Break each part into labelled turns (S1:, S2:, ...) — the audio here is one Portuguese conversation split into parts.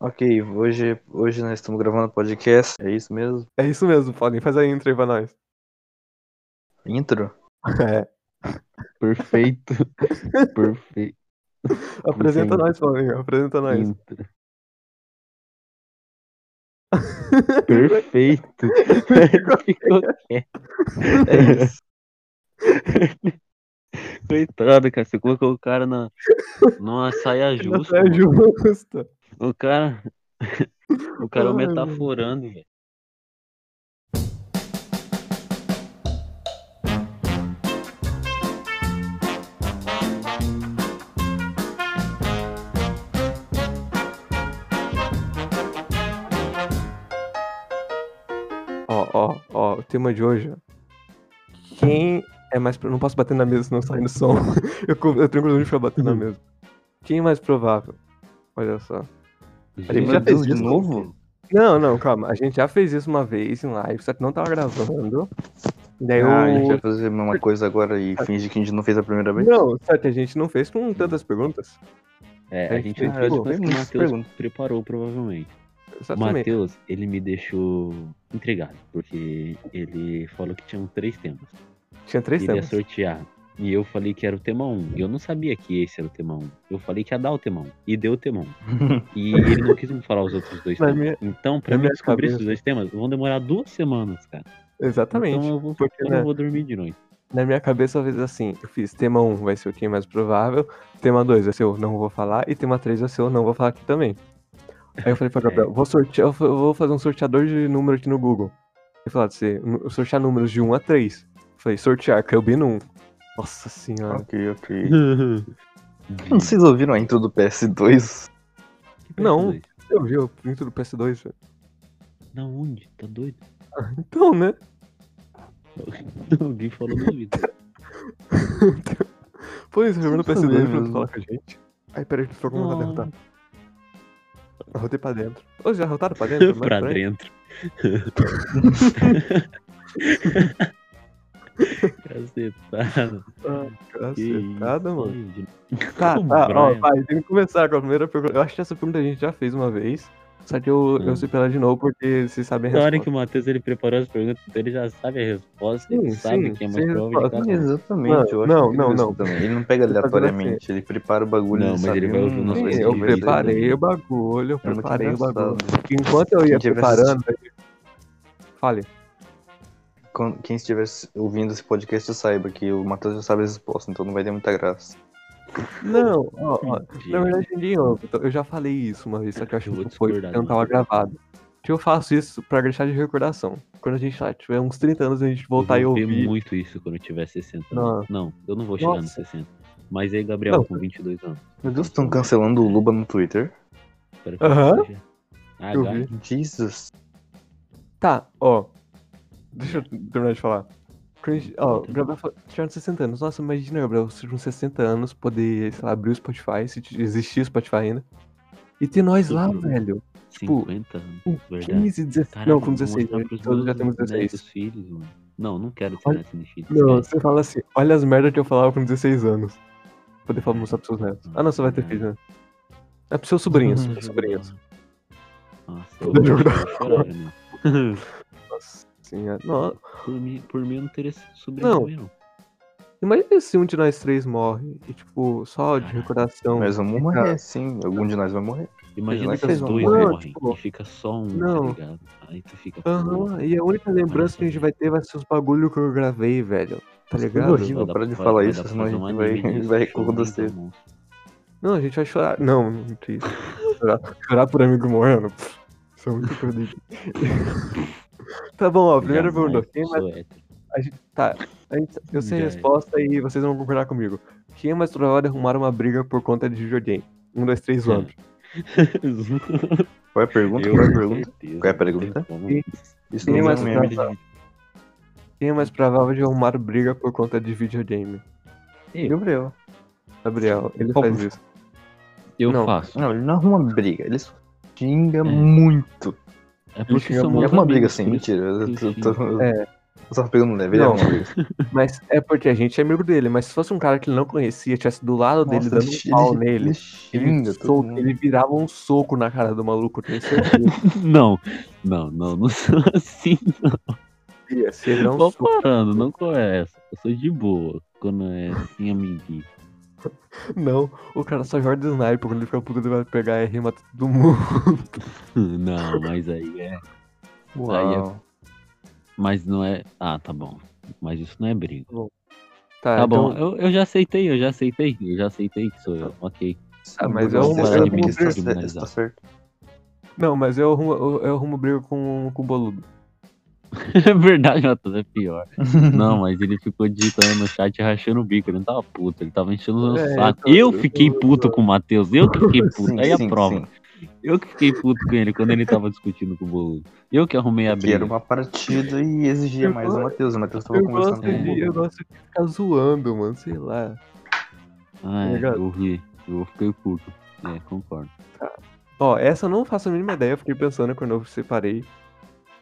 S1: Ok, hoje, hoje nós estamos gravando podcast, é isso mesmo?
S2: É isso mesmo, Paulinho. Faz a intro aí pra nós.
S1: Intro?
S2: É.
S3: Perfeito. Perfeito.
S2: Apresenta
S3: Entendi.
S2: nós, Paulinho. Apresenta nós.
S3: Intro. Perfeito. Ele ficou quieto. É isso. Coitado, cara. Você colocou o cara na, numa saia justa.
S2: É
S3: mano.
S2: justo.
S3: O cara. O cara
S2: Ai, mano.
S3: metaforando, velho.
S2: Ó, ó, ó. O tema de hoje. ó. Quem é mais. pro- Não posso bater na mesa senão sai no som. Eu, co- eu tenho inclusive pra bater na
S3: Uhum.
S2: mesa. Quem é mais provável? Olha só. A gente
S3: Gente,
S2: já fez
S1: de
S2: isso.
S1: novo?
S2: Não, não, calma. A gente já fez isso uma vez em live, só que não tava gravando. E daí
S1: Ah, a
S2: eu.
S1: gente vai fazer a mesma coisa agora e fingir que a gente não fez a primeira vez?
S2: Não, só que a gente não fez com tantas perguntas.
S3: É,
S2: a
S3: a
S2: gente
S3: gente
S2: fez
S3: entrou
S2: tudo.
S3: depois que o
S1: Pergunta,
S3: Matheus
S1: pergunta.
S3: preparou, provavelmente.
S2: Exatamente.
S3: Matheus, ele me deixou intrigado, porque ele falou que tinham três temas.
S2: Tinha três
S3: Ele é ia
S2: temas.
S3: sortear. E eu falei que era o tema 1. Eu não sabia que esse era o tema 1. Eu falei que ia dar o tema 1. E deu o tema 1. E ele não quis me falar os outros dois
S2: Na
S3: temas.
S2: minha-
S3: Então,
S2: na
S3: pra mim
S2: minha
S3: descobrir
S2: cabeça.
S3: esses dois temas, vão demorar duas semanas, cara.
S2: Exatamente.
S3: Então eu vou,
S2: porque,
S3: eu
S2: né?
S3: não vou dormir de noite.
S2: Na minha cabeça eu fiz assim, eu fiz tema 1 vai ser o que é mais provável, tema 2 vai ser o não vou falar, e tema 3 vai ser o não vou falar aqui também. Aí eu falei pra Gabriel, vou sortear, eu fa- eu vou fazer um sorteador de número aqui no Google. Ele falou assim, nu- sortear números de 1 a 3. Falei, sortear, caiu bem no 1. Nossa senhora.
S1: ok, ok. Vocês ouviram a intro do PS2?
S2: Não. Ah, Eu vi o print do PS2. velho.
S3: Da onde? Tá doido?
S2: Então, né?
S3: Alguém falou no ouvido.
S2: Foi isso, é jogou no
S1: Sem
S2: PS2
S1: saber
S2: pra
S1: mesmo.
S2: falar com a gente. tá Aí peraí, tu jogou pra dentro,
S3: Não,
S2: tá? Arrotei pra dentro. Ô, já arrotaram pra dentro?
S3: pra
S2: Mas,
S3: dentro.
S2: peraí,
S3: Cacetada.
S2: Cacetada, mano.
S3: De-
S2: Tá,
S3: O
S2: tá, ó,
S3: Brian.
S2: vai, tem que começar com a primeira pergunta. Eu acho que essa pergunta a gente já fez uma vez, só que eu, eu
S3: Hum.
S2: sei pela de novo porque vocês sabem a
S3: Na hora que
S2: resposta.
S3: o Matheus ele preparou as perguntas, então ele já sabe a resposta,
S2: Sim,
S3: ele sabe
S2: sim,
S3: quem é
S2: sem
S3: mais provável de
S2: resposta.
S3: cada um.
S1: Exatamente, eu acho
S2: Não,
S1: que
S2: não,
S1: ele
S2: não.
S1: mesmo também. Ele não pega
S2: Ele tá fazendo
S1: aleatoriamente, ele prepara o bagulho.
S3: Não, mas
S1: sabe,
S3: ele vai ouvir
S1: hum,
S3: umas
S2: Sim,
S3: coisas
S1: esse
S2: eu
S3: que
S1: vídeo aí
S2: preparei
S1: também.
S2: o bagulho, eu
S1: É muito
S2: preparei o bagulho.
S1: engraçado.
S3: né?
S2: Enquanto eu ia
S1: Quem tivesse-
S2: preparando. Fale.
S1: Quando- Quem estiver ouvindo esse podcast saiba que o Matheus já sabe a resposta, então não vai ter muita graça.
S2: Não, ó, ó, na
S3: Gente,
S2: verdade ninguém ouve. então Eu já falei isso uma vez, só que eu acho
S3: Eu vou
S2: que foi porque
S3: discordar
S2: não
S3: de
S2: tava
S3: você.
S2: gravado. Que eu faço isso pra deixar de recordação. Quando a gente lá tiver uns 30 anos, a gente voltar e
S3: eu vou ver
S2: ouvir.
S3: muito isso quando eu tiver 60.
S2: Não.
S3: Não, não eu não vou chegar nos
S2: Nossa.
S3: 60. Mas aí, Gabriel,
S2: Não.
S3: com 22 anos.
S1: Meu Deus, estão cancelando o Luba no Twitter?
S3: Espero que
S2: Aham.
S3: eu seja. Ah,
S2: Eu
S3: Gabi,
S2: vi.
S1: Jesus.
S2: Tá, ó. Deixa eu
S3: É.
S2: terminar de falar. Cringe, ó, Gabriel fa- tiveram 60 anos. Nossa, imagina, Gabriel, você com 60 anos poder, sei lá, abrir o Spotify, se t- existir o Spotify ainda. E ter nós lá,
S3: Uhum.
S2: velho. tipo,
S3: 50 anos.
S2: Com
S3: Verdade.
S2: 15, 16.
S3: Caraca,
S2: não, com
S3: eu vou
S2: 16.
S3: mostrar
S2: né?
S3: pros
S2: Todos
S3: meus
S2: já temos
S3: netos,
S2: 16.
S3: filhos, mano. Não, não quero ser
S2: Olha-
S3: neto nem filho.
S2: Não,
S3: esquece.
S2: você fala assim: olha as merdas que eu falava com 16 anos. Poder falar, mostrar pros seus netos. Ah, não, você vai ter filho, né? É pros seus
S3: Uhum.
S2: sobrinhos. Pros sobrinhos.
S3: Nossa, eu
S2: Poder
S3: vou
S2: jogar
S3: chorar, né?
S2: Nossa senhora. Não,
S3: Por mim, por mim eu não teria sobrinho
S2: Não,
S3: também, não.
S2: imagina se um de nós três morre e, tipo, só de
S3: Caraca.
S2: recordação.
S1: Nós vamos morrer, sim. Algum de nós vai morrer.
S3: Imagina
S1: mas
S3: que
S2: vocês
S3: os
S2: vão-
S3: dois
S2: Não,
S3: morrem
S2: tipo,
S3: e fica só um,
S2: não.
S3: tá ligado? Aí tu fica.
S1: é
S2: Aham, e a única lembrança que a gente vai ter vai ser os bagulho que eu gravei, velho. Tá
S1: Tudo
S2: ligado?
S1: horrível,
S3: Vai dar-
S1: para de
S3: vai-
S1: falar
S3: vai
S1: isso,
S3: dar assim? pra
S1: senão a
S3: fazer um
S1: gente vai,
S3: anime disso,
S1: vai
S3: show,
S1: acontecer.
S3: então, monstro.
S2: Não, a gente vai chorar. Não, não tem isso. Chorar, chorar por amigo morrendo. pff, Isso é muito crudido. tá bom, ó. Primeira
S3: Jamais,
S2: pergunta. Quem é mais...
S3: sou hétero.
S2: tá, a gente- eu sei a
S3: Já é.
S2: resposta e vocês vão concordar comigo. Quem é mais provável de arrumar uma briga por conta de videogame? Um, dois, três, vamp.
S1: Qual é a pergunta?
S3: Eu,
S1: Qual é a
S3: com
S1: pergunta?
S3: certeza,
S1: Qual é a
S3: não tem
S1: pergunta?
S3: como.
S2: Quem-
S1: Isso
S2: quem
S1: não
S3: um
S2: mais
S1: é mesmo.
S2: pra- Quem é mais provável de arrumar briga por conta de videogame?
S1: Gabriel.
S2: Gabriel, ele
S1: Como?
S2: faz isso.
S3: Eu
S2: Não.
S3: faço.
S1: Não, ele não arruma briga, ele só xinga muito.
S3: É porque
S2: xingo
S3: são
S2: muito.
S1: Não
S3: meus
S1: é uma briga
S3: amigos,
S1: assim,
S3: por isso
S1: mentira. Eu tô-
S3: eu
S1: tô-
S2: É.
S1: Eu tava pegando leve, ele é
S2: Não.
S1: um deles.
S2: Mas é porque a gente é amigo dele, mas se fosse um cara que ele não conhecia, tivesse do lado dele dando um pau nele, ele,
S1: xinga todo
S2: sol-
S1: mundo.
S2: ele virava um soco na cara do maluco, eu tenho certeza.
S3: Não, não, não, não sou assim.
S2: Se ele não
S3: Vou
S2: soco-
S3: parando, não conheço. Eu sou de boa quando é assim, amiguinho.
S2: não, o cara só joga de sniper, quando ele fica puto ele vai pegar R e mata todo mundo.
S3: Não, mas aí é.
S1: Uau.
S3: Mas não é. Ah, tá bom. Mas isso não é briga.
S2: Tá,
S3: Tá bom,
S2: então-
S3: eu, eu já aceitei, eu já aceitei, eu já aceitei que sou eu. Ok.
S2: Ah, mas é
S1: Você
S2: um-
S1: sabe
S2: é um
S1: que
S2: bom
S1: está-
S3: personagem.
S1: está tá certo.
S2: Não, mas eu arrumo, eu, eu arrumo briga com, com o boludo.
S3: É verdade, Matheus, é pior. Não, mas ele ficou digitando no chat e rachando o bico. Ele não tava puto, ele tava enchendo o
S2: É, eu
S3: saco.
S2: tô-
S3: Eu
S2: eu
S3: fiquei
S2: tô-
S3: puto com o Matheus, eu que fiquei puto.
S1: Sim,
S3: Aí a
S1: sim,
S3: prova.
S1: sim.
S3: Eu que é fiquei puto com ele quando ele tava discutindo com o Boludo. Eu que arrumei a
S1: Que era
S3: briga.
S1: uma partida e exigia
S2: Eu
S1: mais o
S2: gosto-
S1: Matheus. O Matheus tava
S2: Eu
S1: conversando
S2: gosto,
S1: com o
S2: de,
S1: Boludo.
S2: eu gosto de ficar zoando, mano, sei lá.
S3: Ah, é,
S2: ligado?
S3: eu ri. Eu fiquei puto. É, concordo.
S2: Ó, essa eu não faço a mínima ideia, eu fiquei pensando quando eu separei.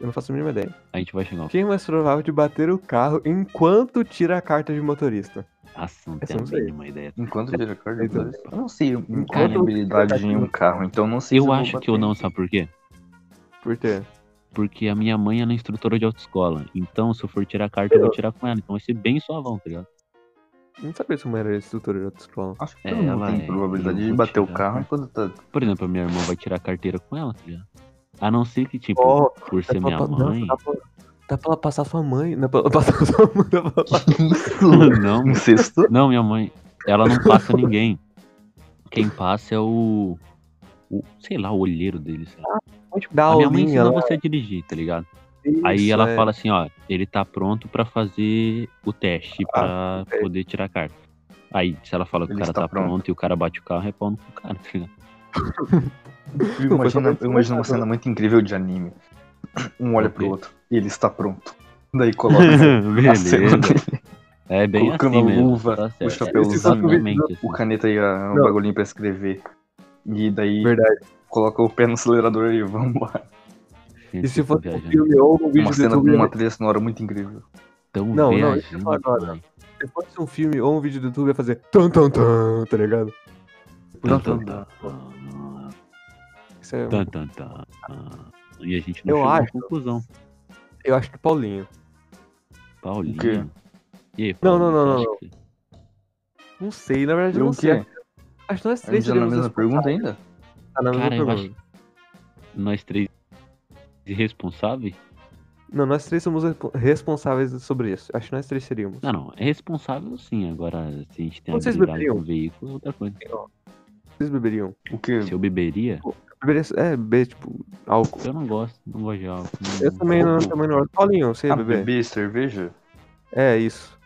S2: Eu não faço a mínima ideia.
S3: A gente vai chegar. ao-
S2: Quem é mais provável de bater o carro enquanto tira a carta de motorista?
S3: Nossa, não
S2: Essa
S3: tem
S2: eu
S3: um a
S2: não sei.
S3: mínima ideia.
S1: Enquanto de recorde,
S2: Então.
S1: eu não sei minha
S2: Cara,
S1: habilidade em um carro, então não sei se
S3: Eu
S1: vou
S3: acho que
S1: bater.
S3: eu não, sabe por quê?
S2: Por quê?
S3: Porque a minha mãe ela é instrutora de autoescola. Então, se eu for tirar carta, eu vou tirar com ela. Então vai ser bem suavão, tá ligado?
S2: Não sabia se o era instrutor de autoescola.
S1: Acho que
S3: É,
S1: todo mundo
S3: ela
S1: tem
S3: é-
S1: probabilidade
S3: eu
S1: de
S3: vou
S1: bater o
S3: tirar,
S1: carro
S3: né?
S1: enquanto tá.
S3: Por exemplo, a minha irmã vai tirar carteira com ela, tá ligado? A não ser que, tipo,
S2: Ó, é
S3: por
S2: dá
S3: ser
S2: pra-
S3: minha
S2: dá-
S3: mãe.
S2: Dá pra, dá pra ela passar sua mãe. Dá pra ela passar sua mãe. Dá pra ela... tá
S1: Isso!
S3: não,
S1: Incesto?
S3: Não, minha mãe, ela não passa ninguém. Quem passa é o, o sei lá, o olheiro dele. sei lá.
S2: Dá
S3: A minha mãe
S2: aulinha
S3: ensina
S2: lá.
S3: você a dirigir, tá ligado? Aí
S2: Ah, Isso,
S3: ela
S2: é.
S3: fala assim, ó, ele tá pronto pra fazer o teste pra
S2: Ah, ok.
S3: poder tirar a carta. Aí, se ela fala que
S1: Ele
S3: o cara
S1: está
S3: tá pronto.
S1: pronto
S3: e o cara bate o carro, é pau no cu do cara, tá ligado?
S1: Eu
S2: Não, foi só
S1: imagino,
S2: pra
S1: eu imagino uma
S2: desculpar,
S1: cena muito incrível de anime. Um olha pro
S3: Ok.
S1: outro, e ele está pronto. Daí coloca a cena
S3: Beleza.
S1: dele,
S3: É bem
S1: colocando
S3: assim
S1: a
S3: mesmo.
S1: luva,
S3: tá
S1: o
S3: certo.
S1: chapéuzinho,
S3: Exatamente assim.
S1: o caneta e a, o
S2: Não.
S1: bagulhinho pra escrever. E daí
S2: Verdade.
S1: coloca o pé no acelerador e vamos lá.
S3: Gente,
S2: E se
S3: eu tô
S2: fosse um
S3: assim, tá viajando
S2: filme ou um vídeo
S1: Uma
S2: do
S1: cena
S2: YouTube,
S1: com uma trilha sonora muito incrível.
S3: tão
S2: Não, não,
S3: viajando, assim.
S2: deixa eu falar agora.
S3: mano.
S2: Se fosse um filme ou um vídeo do YouTube, ia fazer tan tan tan, tá ligado?
S1: Tan,
S3: Tan,
S1: tan,
S3: tan,
S2: Isso é-
S3: tan, tan, tan, tan. E a gente não
S2: Eu
S3: chegou à
S2: acho.
S3: conclusão.
S2: Eu acho que Paulinho.
S3: Paulinho.
S1: O quê?
S3: E aí,
S2: Não,
S3: Paulinho,
S2: não, não,
S3: você
S2: não,
S3: acha que-
S2: Não sei, na verdade eu
S1: Eu
S2: não
S1: o
S2: sei.
S1: quê?
S2: Acho que nós
S1: A gente
S2: três
S1: tá na
S2: teríamos
S1: mesma
S2: resposta.
S1: pergunta ainda?
S2: Tá na é mesma
S3: Cara, eu
S2: pergunta.
S3: acho nós três é irresponsáveis?
S2: Não, nós três somos respo- responsáveis sobre isso. Acho que nós três seríamos.
S3: Não, não. É responsável sim. Agora, se a gente tem
S2: Vocês
S3: habilidade com
S2: beberiam?
S3: o veículo, é outra coisa.
S2: Vocês beberiam?
S1: O que?
S3: Se eu beberia,
S2: Beberia, é, beber, tipo, álcool.
S3: eu não gosto. Não gosto de álcool. não-
S2: Eu também não, também não. Paulinho, você ia
S1: Ah,
S2: beber?
S1: beber cerveja?
S2: É, isso.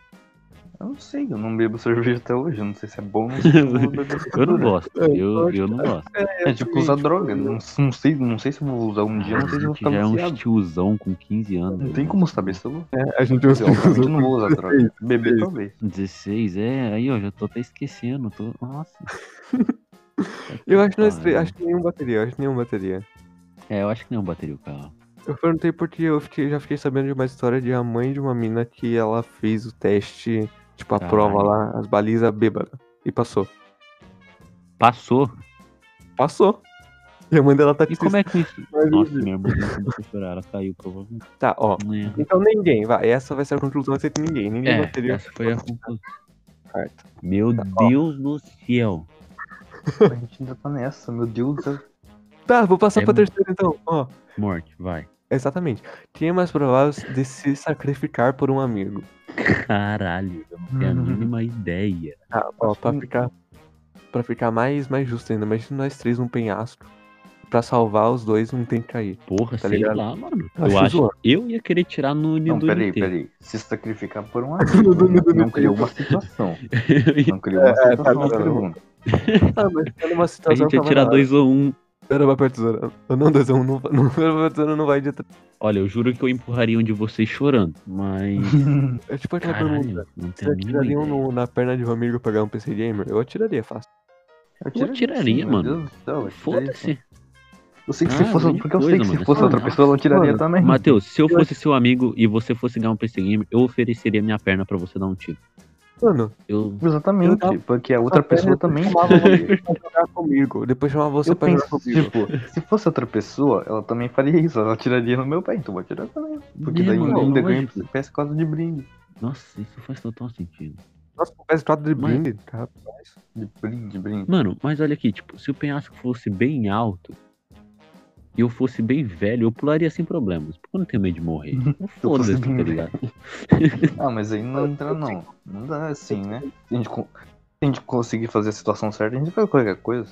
S1: Eu não sei, eu não bebo cerveja até hoje. eu Não sei se é bom ou se é bom eu beber
S3: Eu não
S1: cerveja.
S3: gosto. Eu, eu não gosto.
S1: É tipo usar droga.
S3: né?
S1: Não, não, sei, não sei se eu vou usar um dia, não sei se eu
S3: A
S1: vou
S3: gente
S1: ficar
S3: já é um
S1: viciado.
S3: tiozão com 15 anos. né?
S1: Não tem como saber se eu vou.
S2: É, A gente
S1: Eu obviamente não vou usar
S2: É
S1: droga. Beber talvez.
S3: 16, é. Aí, ó, já tô até esquecendo. Tô... Nossa.
S2: Eu acho que nós três.
S3: Pariu.
S2: Acho que nenhum bateria. Acho que nenhum bateria.
S3: É, eu acho que não bateria o carro.
S2: Eu perguntei porque eu fiquei- já fiquei sabendo de uma história de a mãe de uma mina que ela fez o teste, tipo, a
S3: Caralho.
S2: prova lá, as balizas bêbada. E passou.
S3: Passou.
S2: Passou. E a mãe dela tá
S3: E como é que isso. Nossa,
S2: triste.
S3: minha irmã começou a chorar. Ela caiu, provavelmente.
S2: Tá, ó.
S3: É.
S2: Então ninguém, vai. Essa vai ser a conclusão, vai ser que ninguém. Ninguém
S3: É,
S2: bateria
S3: essa foi a conclusão.
S2: Certo.
S3: Meu
S1: Tá
S3: Deus do céu.
S1: A gente ainda tá nessa, meu Deus do céu.
S2: Tá, vou passar
S3: É
S2: pra
S3: um-
S2: terceira então. Ó,
S3: Morte, vai.
S2: exatamente. Quem é mais provável de se sacrificar por um amigo?
S3: Caralho, eu não tenho a
S1: Uhum.
S3: mínima ideia.
S2: Tá, ó, pra
S1: que-
S2: ficar. Pra ficar mais, mais justo ainda. Imagina nós três num penhasco. Pra salvar os dois, um tem que cair.
S3: Porra,
S2: Tá
S3: sei
S2: ligado?
S3: lá, mano.
S2: Acho
S3: eu acho.
S2: zoado.
S3: Eu ia querer tirar no
S1: Não,
S3: Unido
S1: peraí,
S3: inteiro.
S1: peraí. Se sacrificar por um amigo, não, não criou uma situação. Não criou uma
S2: tá,
S1: situação
S2: tá,
S1: na
S2: tá.
S1: pergunta.
S2: Ah, mas tá numa
S3: A
S2: situação
S3: gente ia
S2: favorável.
S3: tirar 2 ou 1. Um.
S2: Era papel tesoura. Não, dois, um, não, não, papel tesoura não vai de atrás.
S3: Olha, eu juro que eu empurraria um de vocês chorando, mas.
S2: É tipo aquela pergunta.
S3: Caralho, não
S2: Você
S3: tenho a mínima
S2: atiraria
S3: ideia.
S2: um no- na perna de um amigo pra pegar um PC Gamer? Eu atiraria fácil.
S1: Eu tiraria,
S3: tiraria,
S1: sim, meu
S3: mano.
S1: Deus do céu, eu tiraria, sim.
S3: Foda-se.
S1: Eu sei que
S3: Ah,
S1: se fosse.
S3: grande
S1: Porque eu sei
S3: coisa,
S1: que se
S3: mano.
S1: fosse outra
S2: Ah,
S1: pessoa, ela tiraria
S2: mano.
S1: também.
S3: Matheus, se eu fosse seu amigo e você fosse ganhar um PC Gamer, eu ofereceria minha perna pra você dar um tiro.
S2: Mano,
S3: Eu.
S1: Exatamente.
S2: Eu tava-
S1: Porque a outra
S2: eu tava-
S1: pessoa também.
S2: chamava você pra jogar comigo. Depois chamava você
S1: Eu
S2: pra
S1: penso,
S2: jogar comigo.
S1: tipo, se fosse outra pessoa, ela também faria isso. Ela tiraria no meu pé, então vou tirar também. Porque
S3: É,
S1: daí
S3: mano,
S1: ainda ganha
S3: lógico.
S1: PS4 de brinde.
S3: Nossa, isso faz total sentido.
S2: Nossa, o PS4 de
S3: Mano.
S2: brinde, rapaz.
S1: De brinde, de brinde.
S3: Mano, mas olha aqui, tipo, se o penhasco fosse bem alto e eu fosse bem velho, eu pularia sem problemas. Porque eu não tenho medo de morrer. Não
S1: fosse
S3: Foda-se, tá
S1: bem velho.
S3: ligado?
S1: Ah, mas aí não entra não. Não dá assim, né? Se a gente, con- se a gente conseguir fazer a situação certa, a gente faz qualquer coisa.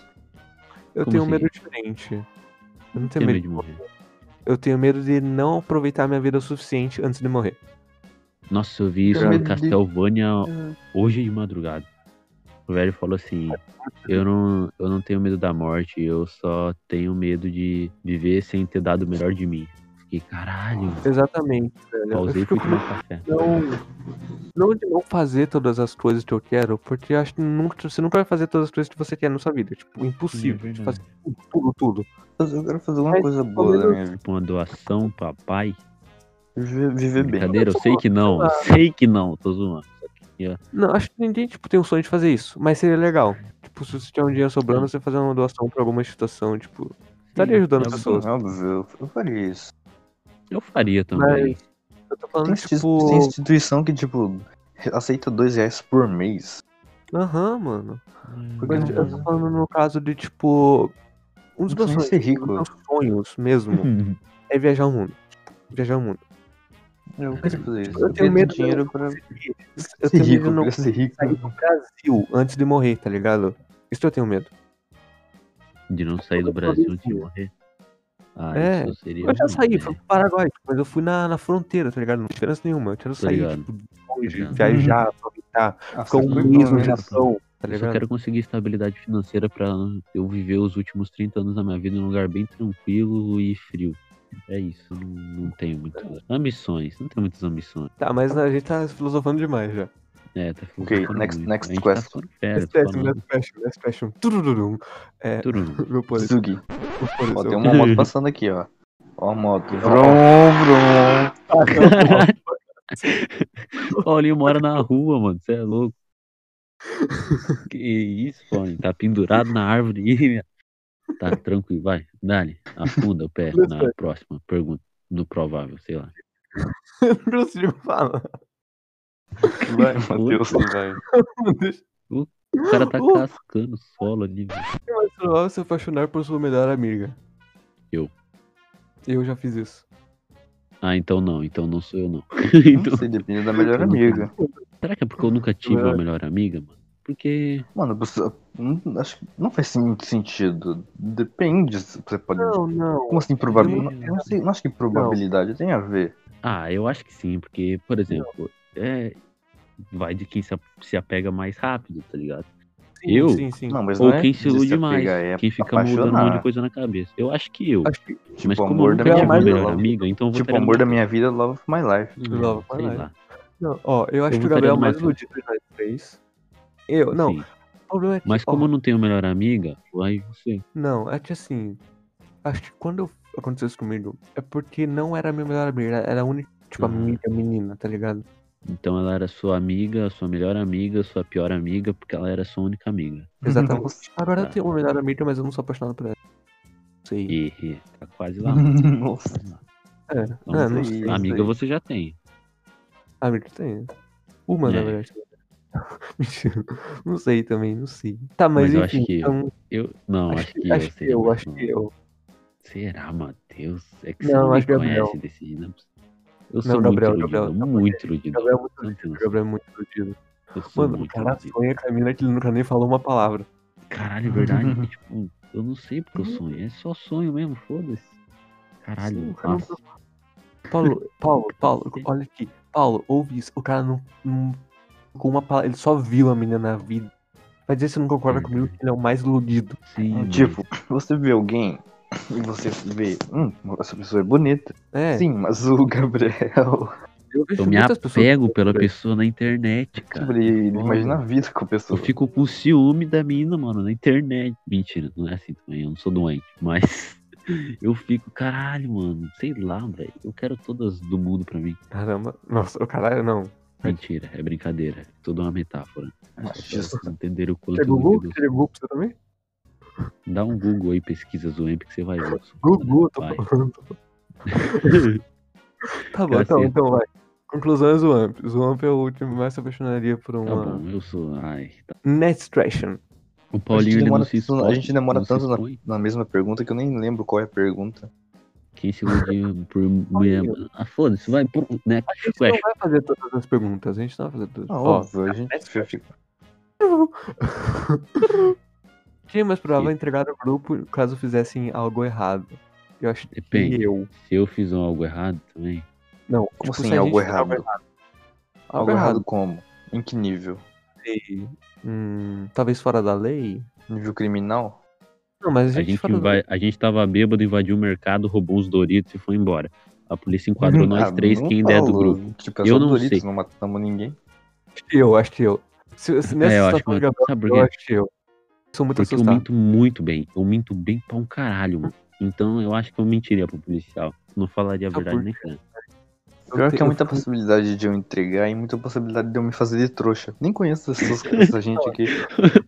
S2: Eu
S3: Como
S2: tenho um
S3: assim?
S2: medo diferente. Eu não
S3: Tenho
S2: tenho
S3: medo
S2: medo.
S3: de morrer.
S2: Eu tenho medo de não aproveitar minha vida o suficiente antes de morrer.
S3: Nossa, eu vi isso
S1: Tenho
S3: no
S1: medo de-
S3: Castlevania
S2: Ah.
S3: hoje de madrugada. O velho falou assim: eu não, eu não tenho medo da morte, eu só tenho medo de viver sem ter dado o melhor de mim. Fiquei, caralho,
S2: Exatamente, velho.
S1: Tá
S3: pausei
S2: eu
S3: e
S2: fico
S3: fui
S2: com medo
S3: tomar café.
S2: de não, não de não fazer todas as coisas que eu quero, porque eu acho que nunca, você nunca vai fazer todas as coisas que você quer na sua vida. Tipo, impossível.
S3: É
S2: de fazer tudo, tudo, tudo.
S1: Mas Eu quero fazer uma
S2: Mas,
S1: coisa boa da
S2: menos-
S1: minha vida.
S3: Uma doação, papai.
S1: Viver, viver bem.
S3: Brincadeira, eu sei que não, eu sei que não, tô zoando.
S2: Não, acho que ninguém tipo, tem um sonho de fazer isso, mas seria legal. Tipo, se você tiver um dinheiro sobrando, você fazer uma doação pra alguma instituição, tipo. Estaria ajudando
S3: eu-
S2: as pessoas.
S1: Sim, óbvio, eu- eu faria isso.
S3: Eu faria também.
S2: Eu tô
S1: Tem,
S2: falando,
S1: insti-
S2: tipo.
S1: tem instituição que, tipo, aceita dois reais por mês. tipo.
S2: Aham, mano.
S1: Porque
S2: Mas
S1: não-
S2: eu tô falando no caso de, tipo. Um dos
S1: tipo. Não precisa
S2: meus sonhos.
S1: ser
S2: tipo, Um dos meus sonhos mesmo
S1: Uhum.
S2: é viajar o mundo. Tipo, Viajar o mundo.
S1: Eu quero fazer isso.
S2: eu tenho medo de-
S1: dinheiro pra
S2: Eu
S1: ser
S2: tenho
S1: rico.
S2: medo
S1: Eu
S2: de não
S1: quero ser rico.
S2: sair do Brasil antes de morrer, tá ligado? Isso eu tenho medo.
S3: De não sair do
S2: Eu
S3: Brasil
S2: faria
S3: antes de
S2: isso.
S3: morrer. Ah,
S2: É,
S3: isso seria.
S2: Eu já
S3: ruim,
S2: saí,
S3: né?
S2: fui pro Paraguai, tipo, mas eu fui na, na fronteira, tá ligado? Não tem diferença nenhuma. Eu quero sair,
S3: ligado.
S2: tipo, longe,
S3: ligado.
S2: viajar, aproveitar,
S1: Ah,
S2: ficar
S1: sabe,
S2: um mês no
S1: pelo menos.
S2: Japão, tá
S3: Eu só
S2: ligado?
S3: quero conseguir estabilidade financeira pra eu viver os últimos 30 anos da minha vida em um lugar bem tranquilo e frio. É isso, não, não tenho muitas ambições, não tenho muitas ambições.
S2: Tá, mas a gente tá filosofando demais já.
S3: É, tá
S1: Ok,
S3: ficando
S1: next-
S3: muito.
S1: next
S3: A gente
S1: quest.
S3: Tá ficando fera, tô
S2: Espécie,
S3: falando
S2: last fashion, last fashion, turururum.
S3: tudo.
S2: é um Meu poder,
S1: Zugi.
S2: meu poder.
S1: Ó, tem uma
S3: Uhum.
S1: moto passando aqui, ó. Ó a moto. Vrum, vrum.
S3: O Paulinho mora na rua, mano, você é louco. Que isso, Paulinho, tá pendurado na árvore. aí, minha. Tá tranquilo, vai, dale, afunda o pé na próxima pergunta, no provável, sei lá.
S2: Eu não consigo falar.
S1: Vai, Matheus, vai.
S3: O cara tá
S2: Uh.
S3: cascando solo ali, velho.
S2: É mais provável se apaixonar por sua melhor amiga.
S3: Eu.
S2: Eu já fiz isso.
S3: Ah, então não, então não sou eu não. Então-
S1: Não sei, depende da melhor amiga.
S3: Será que é porque eu nunca tive uma melhor amiga, mano? Porque.
S1: Mano, você, não- acho que não faz muito sentido. Depende, se você pode...
S2: Não, não.
S1: Como assim, probabilidade?
S3: Não.
S1: Eu não sei, não acho que probabilidade tem a ver.
S3: Ah, eu acho que sim, porque, por exemplo, é. Vai de quem se a- se apega mais rápido, tá ligado?
S2: Sim,
S3: Eu?
S2: Sim, sim.
S1: Não, mas
S3: Ou
S1: não é
S3: quem se
S1: de
S3: ilude
S1: apegar,
S3: mais.
S1: é
S3: quem fica mudando um monte
S1: apaixonar.
S3: de coisa na cabeça. Eu acho que eu.
S2: Acho que
S1: Tipo,
S3: mas como
S1: amor
S3: eu
S1: da
S3: nunca
S2: minha
S3: tive uma
S2: vida,
S3: melhor
S1: love.
S3: amiga, então eu vou
S1: Tipo,
S3: ter Hum,
S1: amor da minha vida, love of my life.
S2: Love,
S3: Sei
S2: vai lá.
S3: lá.
S2: Não, ó, eu acho
S3: Eu
S2: que o
S3: votaria
S2: Gabriel é
S3: no
S2: o mais
S3: Matheus.
S2: iludido de nós três. Eu, não,
S3: um. Sim.
S2: o problema é que.
S3: Mas
S2: ó,
S3: como eu não tenho melhor amiga, aí você.
S2: Não, é que assim. Acho que quando eu- aconteceu isso comigo, é porque não era a minha melhor amiga, era a única, tipo,
S3: Uhum.
S2: amiga menina, tá ligado?
S3: Então ela era sua amiga, sua melhor amiga, sua pior amiga, porque ela era sua única amiga.
S2: Exatamente.
S1: Nossa.
S2: Agora eu
S3: Tá.
S2: tenho uma melhor amiga, mas eu não sou apaixonado por ela. Sei.
S3: E e- tá quase lá.
S1: Uhum.
S3: mano.
S1: Nossa.
S2: É,
S3: Então,
S2: é,
S1: sei.
S2: não sei.
S1: isso
S3: amiga
S1: aí.
S3: você já tem.
S2: Amigo, tem. Uma, na
S3: É.
S2: verdade. Mentira. Não sei também, não sei. Tá, mas,
S3: Mas eu
S2: enfim.
S3: acho que-
S2: então,
S3: Eu. Não, acho,
S2: acho que-
S3: que
S2: acho que
S3: seria
S2: eu,
S3: mais um.
S2: acho
S3: uma.
S2: que eu.
S3: Será, Matheus? É que
S2: Não,
S3: você
S2: acho que
S3: não
S2: é
S3: me
S2: Gabriel.
S3: conhece desse jeito, né? Eu sou
S2: Gabriel,
S3: muito
S2: Gabriel,
S3: iludido,
S2: não,
S3: muito iludido.
S2: Gabriel é muito
S3: Não tem
S2: O
S3: noção,
S2: Gabriel é muito iludido.
S3: Eu sou
S2: Mano, o
S3: muito
S2: cara
S3: iludido.
S2: sonha com a mina que ele nunca nem falou uma palavra.
S3: Caralho, é verdade. que, tipo, eu não sei porque eu sonho. É só sonho mesmo, foda-se. Caralho,
S2: Uhum. Sim,
S3: assim,
S2: o cara não
S3: nossa.
S2: Paulo, Paulo, Paulo,
S3: Sim.
S2: olha aqui. Paulo, ouve isso. O cara não. não com uma palavra, ele só viu a menina na vida. Mas esse não concorda
S3: Verdade.
S2: comigo que ele é o mais iludido.
S3: Sim, mano.
S1: Tipo, você vê alguém e você vê, hum, essa pessoa é bonita.
S2: É,
S1: Sim, mas o Gabriel.
S2: eu vejo
S3: eu me
S2: tipo, muitas pessoas.
S3: apego pela pessoa na internet, cara.
S1: tipo, Ele
S3: Foda.
S1: imagina a vida com a
S3: Eu
S1: pessoa.
S3: fico com ciúme da mina, mano, na internet. Mentira, não é assim também. Eu não sou doente, mas. Eu fico, caralho, mano, sei lá, velho. Eu quero todas do mundo pra mim.
S2: Caramba. Nossa, o caralho, não.
S3: Mentira, é brincadeira. é Tudo uma metáfora.
S1: Nossa,
S3: Só pra entender o
S2: Quer
S3: conteúdo.
S2: Gugu?
S3: do-
S2: Quer Gugu pra você também?
S3: Dá um Google aí, pesquisa Zoemp que você vai ver.
S2: Gugu, tô
S3: Vai.
S2: falando. Tá bom,
S3: Cara,
S2: então,
S3: sim.
S2: então vai. Conclusão é Zwamp. Zwamp é o último, mas se apaixonaria por
S3: Tá
S2: uma.
S3: bom, eu sou. Ai, tá.
S2: Netstration.
S3: O Paulinho ele
S1: demora
S3: não se
S1: tanto-
S3: expõe.
S1: a gente demora
S3: não se
S1: tanto né? na-
S3: expõe.
S1: Na mesma pergunta que eu nem lembro qual é a pergunta.
S3: Quem se iludiu por mulher. Ah, foda-se, vai né? pro next
S2: A gente não
S3: question.
S2: vai fazer todas as perguntas, a gente não vai fazer todas.
S3: Tá
S1: Ah,
S2: Ó,
S1: óbvio, a gente fica.
S2: Tinha mais provável entregar o grupo caso fizessem algo errado. Eu acho que
S3: Depende.
S2: eu.
S3: Se eu fiz um algo errado também.
S2: Não,
S1: Como
S2: tipo, se
S1: assim,
S2: a
S1: algo
S2: gente-
S1: errado?
S2: Algo errado.
S1: como? Em que nível?
S2: sei. Hum, talvez fora da lei?
S1: Nível criminal?
S2: Não, mas a
S3: A
S2: gente,
S3: gente,
S2: fora da
S3: vai,
S2: lei.
S3: a gente tava bêbado, invadiu o mercado, roubou uns Doritos e foi embora. A polícia enquadrou nós
S1: Ah,
S3: três,
S1: não
S3: quem der do
S1: falou.
S3: grupo.
S1: Tipo, é
S3: Eu
S1: só
S3: não
S1: Doritos,
S3: sei.
S1: não matamos ninguém.
S2: Acho que eu, acho que eu. Se, se nessa
S3: É, eu acho que
S2: situação,
S3: eu-
S2: Gabriel,
S3: sabe por
S2: eu
S3: quê?
S2: acho que eu. Sou muito
S3: Porque eu
S2: assustado.
S3: minto muito bem. Eu minto bem pra um caralho, mano. Então eu acho que eu mentiria pro policial. Não falaria a
S1: Então,
S2: Sabe
S3: verdade
S2: por
S3: nem tanto.
S1: Pior que
S2: te-
S1: é muita
S2: eu fico-
S1: possibilidade de eu entregar e muita possibilidade de eu me fazer de trouxa. Nem conheço essas, essa gente aqui.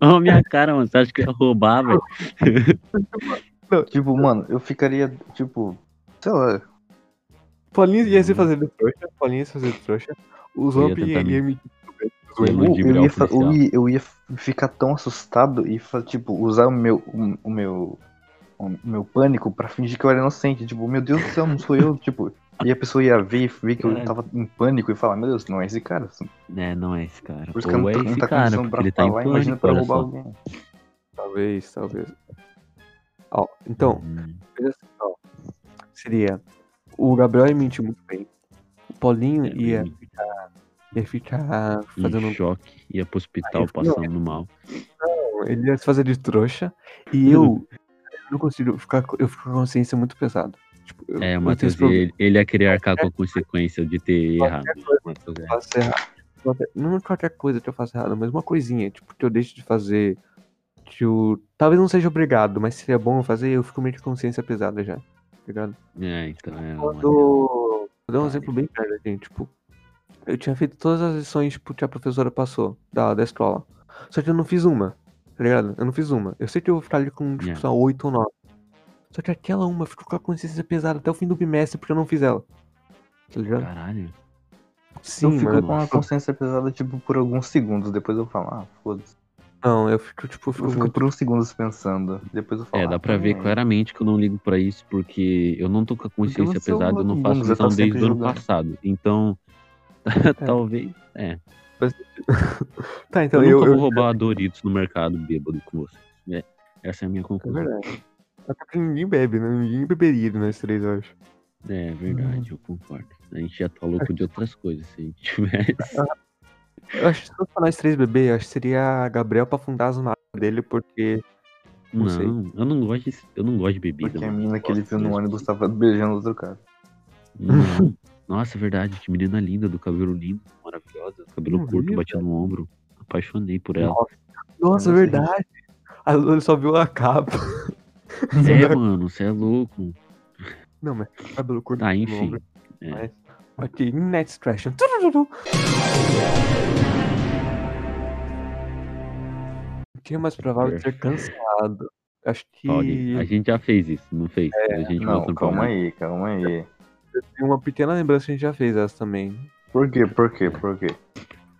S3: Olha a minha cara, mano. Você acha que eu ia roubar, velho?
S1: Tipo, mano, eu ficaria, tipo, sei lá.
S2: Paulinho ia se
S3: Hum.
S2: fazer de trouxa, Paulinho ia se fazer de trouxa. O Zwamp ia,
S3: tentar me-
S2: ia me.
S3: Eu ia
S1: Eu,
S3: iludir,
S1: eu
S3: virar o
S1: ia, fa- eu,
S3: policial.
S1: ia, eu ia ficar tão assustado e, fa- tipo, usar o meu, o, o meu, o meu pânico pra fingir que eu era inocente. Tipo, meu Deus do céu, não sou eu. Tipo, e a pessoa ia ver e ver que eu
S3: Caralho.
S1: tava em pânico e falar, meu Deus, não é esse cara.
S3: É, não é esse cara.
S1: Por isso que eu
S3: Ou
S1: não
S3: é
S1: tô, não
S3: esse
S1: tá
S3: cara,
S1: condição
S3: porque
S1: pra
S3: ele tá em
S1: falar, imagina
S3: pânico,
S1: pra
S3: olha
S1: roubar
S3: só.
S1: alguém.
S2: Talvez, talvez. Ó, então,
S3: Hum,
S2: coisa assim, ó. Seria. O Gabriel ia mentir muito bem. O Paulinho
S3: é,
S2: ia,
S3: em-
S2: ia ficar fazendo.
S3: Em choque. Ia pro hospital
S2: Aí,
S3: passando mal.
S2: um, Ele ia se fazer de trouxa. E
S3: Hum.
S2: eu. eu não consigo ficar. com- Eu fico com a consciência muito pesada. Tipo, eu,
S3: É,
S2: eu
S3: o
S2: tenho
S3: Matheus,
S2: esse problema.
S3: ele, ele ia querer arcar com a consequência de ter errado. Matheus, é.
S2: faço errado. Qualquer- Não é qualquer coisa que eu faça errado, mas uma coisinha, tipo, que eu deixo de fazer. Que eu... Talvez não seja obrigado, mas seria bom eu fazer, eu fico meio de consciência pesada já. tá Ligado?
S3: É, então é.
S2: Vou
S3: mano.
S2: dar um
S3: Vale.
S2: exemplo bem claro, gente. Tipo, eu tinha feito todas as lições tipo, que a professora passou da, da escola. Só que eu não fiz uma, tá ligado? Eu não fiz uma. Eu sei que eu vou ficar ali com tipo,
S3: Yeah.
S2: só 8 ou 9. Só que aquela uma ficou com a consciência pesada até o fim do bimestre porque eu não fiz ela. Tá ligado?
S3: Caralho.
S1: Eu
S2: Sim,
S1: fico
S2: mano.
S1: com a consciência pesada, tipo, por alguns segundos. Depois eu falo, ah, foda-se.
S2: Não, eu fico, tipo, eu fico
S1: Eu fico
S2: muito-
S1: por uns segundos pensando. Depois eu falo. "Ah,
S3: É, dá pra ver
S1: claro.
S3: claramente que eu não ligo pra isso, porque eu não tô com a consciência
S1: você é um
S3: pesada, eu não faço
S1: vagabundo, você tá
S3: lição desde
S1: sempre
S3: o ano
S1: julgando.
S3: passado. Então, talvez. É.
S2: Tá, então
S3: eu
S2: eu.
S3: nunca
S2: eu,
S3: vou roubar Doritos no mercado bêbado com você. É, essa é a minha
S2: É
S3: conclusão.
S2: verdade. Até porque ninguém bebe, né? Ninguém beberia de nós três, eu acho.
S3: É verdade, eu concordo. A gente já tá louco de outras coisas se a gente tivesse.
S2: Eu acho que se fosse pra nós três beber, eu acho que seria a Gabriel pra fundar as marcas dele, porque. Não sei.
S3: Não, eu não gosto de, eu não gosto de bebida.
S1: Porque a
S3: mano.
S1: mina que ele
S3: Gosto
S1: viu no
S3: mesmo.
S1: ônibus tava beijando outro cara.
S3: Não. Nossa, é verdade, que menina linda, do cabelo lindo, maravilhosa, cabelo
S2: Não vi,
S3: curto,
S2: velho.
S3: batido no ombro. Apaixonei por ela.
S2: Nossa, é
S1: Nossa,
S2: verdade. A Lula só viu a capa.
S3: É, mano, você é louco.
S2: Não, mas cabelo curto.
S3: Ah,
S2: no
S3: enfim.
S2: ombro,
S3: É.
S2: mas- Ok, Net Trash. O que é mais provável de ser cancelado? Acho que
S3: Paulinho, a gente já fez isso, não fez? a gente
S1: É, Não,
S3: volta no
S1: calma
S3: programa.
S1: aí, calma aí.
S2: tem uma pequena lembrança que a gente já fez essa também.
S1: Por quê? Por quê? Por quê?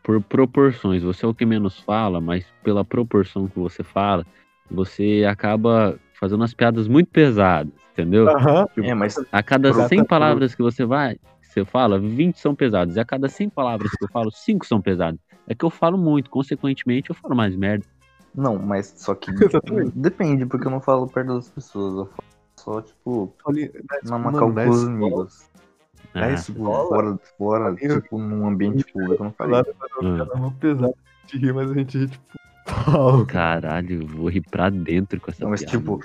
S3: Por proporções, você é o que menos fala, mas pela proporção que você fala, você acaba fazendo as piadas muito pesadas, entendeu?
S2: Aham.
S1: É, mas
S3: A cada 100
S2: Exatamente.
S3: palavras que você vai, que você fala, 20 são pesadas. E a cada 100 palavras que eu falo, 5 são pesadas. É que eu falo muito, consequentemente eu falo mais merda.
S1: não, mas só que
S2: Exatamente.
S1: depende, porque eu não falo perto das pessoas, eu falo só tipo
S2: Olha,
S1: na
S2: né, mano,
S1: Macau
S2: na
S1: com os
S2: escola-
S1: amigos,
S2: É
S3: Ah,
S2: isso.
S1: tipo
S2: escola?
S1: fora, fora,
S2: Amigo.
S1: tipo num ambiente público, eu não falei.
S2: Claro, pra não
S3: Ah.
S2: ficar na mão pesada. A gente ri, mas a gente ri, tipo, pau.
S3: caralho, eu vou rir pra dentro com essa
S1: Não, mas
S3: piada.
S1: tipo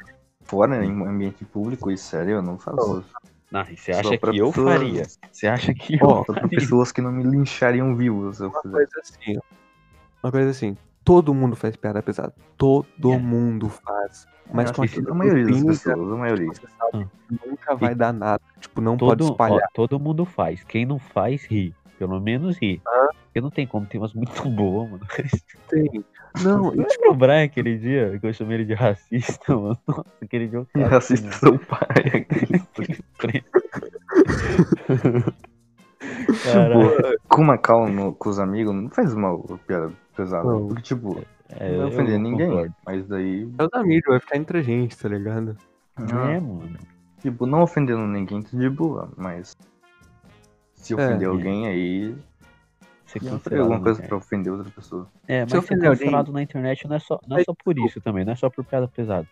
S1: fora em um ambiente público e sério, eu não falo.
S3: Ah, e você
S1: Só
S3: acha
S1: pra
S3: que eu
S1: pessoas-
S3: faria? Você acha que eu
S2: Ó,
S1: Só pra
S3: faria?
S1: pessoas que não me linchariam vivo se eu
S2: Uma
S1: fizer.
S2: coisa assim, ó. Uma coisa assim. Todo mundo faz piada pesada. Todo
S3: É.
S2: mundo faz. Mas com
S1: Acho que
S2: aquele
S1: a maioria das
S2: grupinho,
S1: pessoas, a maioria.
S2: você sabe, nunca
S3: E-
S2: vai dar nada. Tipo, não pode
S3: Todo, ó,
S2: espalhar.
S3: todo mundo faz. Quem não faz, ri. Pelo menos ri. Porque não tem como, tem umas muito boas, mano.
S2: Tem. Não, e,
S3: Lembra o Brian aquele dia que eu chamei ele de racista, mano? Nossa, aquele tá assim, dia eu tava
S1: Racista são pai.
S3: assim, Caralho.
S1: Com uma calma no- com os amigos, não faz mal piada pesada.
S2: Não.
S1: Porque, tipo,
S3: É,
S1: não vai
S3: eu
S1: ofender ninguém.
S3: concordo.
S1: Mas daí. ah,
S2: é os amigos, vai ficar entre a gente, tá ligado? Ah.
S3: É, mano.
S1: Tipo, não ofendendo ninguém, tudo de boa, mas. Se ofender
S2: É.
S1: alguém, aí.
S3: Você
S1: Tem que ter
S3: cancelado
S1: alguma
S3: na
S1: coisa
S3: internet.
S1: pra ofender outra pessoa.
S3: É,
S2: Se eu
S3: mas ser
S2: ofender alguém-
S3: cancelado na internet não é, só, não é
S2: Aí,
S3: só por isso também, não é só por piada pesada.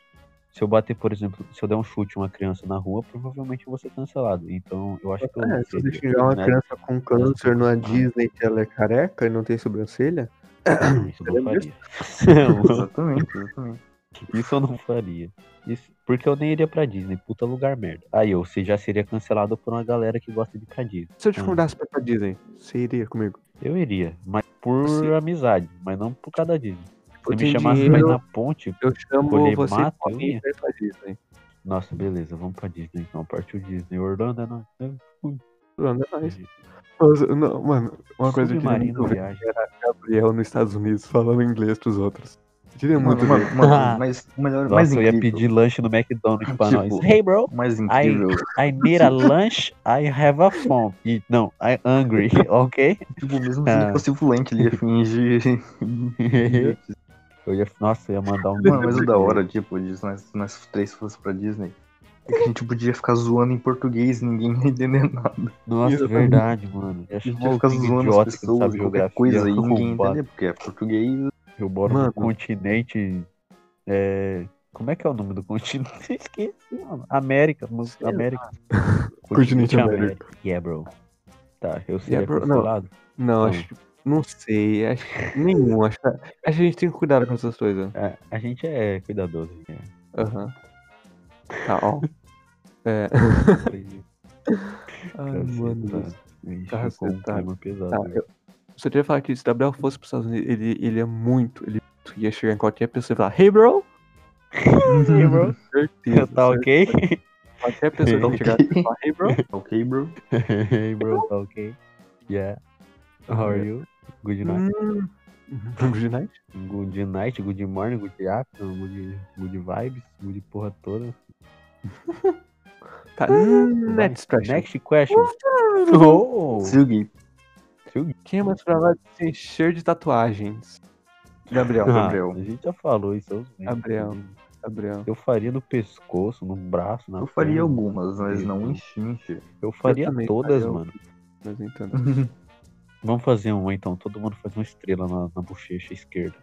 S3: Se eu bater, por exemplo, se eu der um chute a uma criança na rua, provavelmente eu vou ser cancelado. Então, eu acho que eu
S2: É,
S3: não
S2: se você
S3: seria,
S2: xingar uma
S3: né?
S2: criança com câncer numa Disney que ela é careca e não tem sobrancelha,
S3: Não, Isso
S2: é
S3: eu não faria. É, Não,
S1: Exatamente, exatamente.
S3: isso eu não faria. Isso- porque eu nem iria pra Disney, puta lugar merda. Aí eu se- já seria cancelado por uma galera que gosta de ir pra Disney.
S2: se eu te
S3: Hum.
S2: convidasse pra ir pra Disney, você iria comigo?
S3: Eu iria, mas por
S2: Você-
S3: amizade, mas não por causa da Disney.
S2: Tipo,
S3: Se me
S2: tem
S3: chamasse pra ir
S2: dinheiro,
S3: na ponte,
S2: Eu chamo
S3: colher
S2: você
S3: mato,
S2: pra
S3: eu
S2: mim
S3: ia.
S2: pra ir pra Disney.
S3: nossa, beleza, vamos pra Disney então. Partiu Disney. Orlando é nóis. né?
S2: Mano, é nóis. Mas, não, mano, uma coisa que eu queria
S3: Submarino
S2: muito ver
S3: viagem.
S2: era Gabriel nos Estados Unidos falando inglês pros outros. Eu queria muito
S1: Mano,
S2: ver.
S1: mano, mano, mas o melhor,
S3: Nossa,
S1: mais
S3: eu
S1: incrível.
S3: ia pedir lanche no McDonald's pra
S1: Tipo,
S3: nós. Hey, bro,
S1: o mais incrível.
S3: I need a lunch, I have a fome. E, não, I'm hungry, ok?
S1: Tipo, mesmo se ele
S3: Ah.
S1: fosse fluente, ele ia fingir.
S3: Eu ia, nossa, eu ia mandar um...
S1: Mano, mas o da hora, tipo, de se nós, se nós três fossemos pra Disney, é que a gente podia ficar zoando em português, ninguém ia entender nada.
S3: Nossa, é
S2: Isso.
S3: verdade, mano. Eu ia
S1: A gente
S3: chamar
S1: ia ficar
S3: alguém
S1: zoando
S3: idiota
S1: as
S3: que não
S1: pessoas,
S3: sabe
S1: qualquer
S3: geografia.
S1: coisa aí, ninguém ia
S3: arrombado.
S1: entender, porque é português.
S3: Eu moro
S2: Mano.
S3: num continente... é, Como é que é o nome do continente? Esqueci, mano. América, mano.
S2: Sei lá.
S3: América.
S2: Continente América.
S3: Yeah, bro. Tá, eu seria
S2: bro, não.
S3: cancelado.
S2: Não,
S3: Hum.
S2: acho que. Não sei, acho que nenhum. Acho que acho que a gente tem que cuidar com essas coisas.
S3: É, a gente é cuidadoso. né?
S2: Aham. Tá, ó. É. Ai, mano. do céu.
S3: Tá, com um
S2: Cacetado.
S3: clima pesado.
S2: Tá, eu só queria falar que se o Gabriel fosse pros Estados Unidos, ele, ele é muito. Ele ia chegar em qualquer pessoa e falar: Hey, bro!
S3: Hey, bro.
S2: Certeza.
S3: tá ok?
S2: Qualquer pessoa que
S1: Ok.
S2: ia chegar e falar: Hey, bro!
S1: Ok, bro?
S3: hey, bro, tá ok? Yeah. How are you? Good night.
S2: Hum. Good night.
S3: Good night, good morning, good afternoon, good, good vibes, good porra toda.
S2: Tá,
S3: Vai.
S2: next question.
S3: Next question. Oh!
S1: Sugi.
S2: Quem é mais provável de se encher de tatuagens?
S1: Gabriel,
S3: Ah,
S1: Gabriel.
S3: a gente já falou isso. eu lembro.
S2: Gabriel. Gabriel.
S3: Eu faria no pescoço, no braço, na
S1: Eu faria
S3: perna.
S1: algumas, mas não
S3: Deus.
S1: enchinte.
S3: Eu faria
S2: também
S3: todas,
S2: faria
S3: mano.
S2: Mas nem tanto.
S3: Vamos fazer uma então, todo mundo faz uma estrela na, na bochecha esquerda.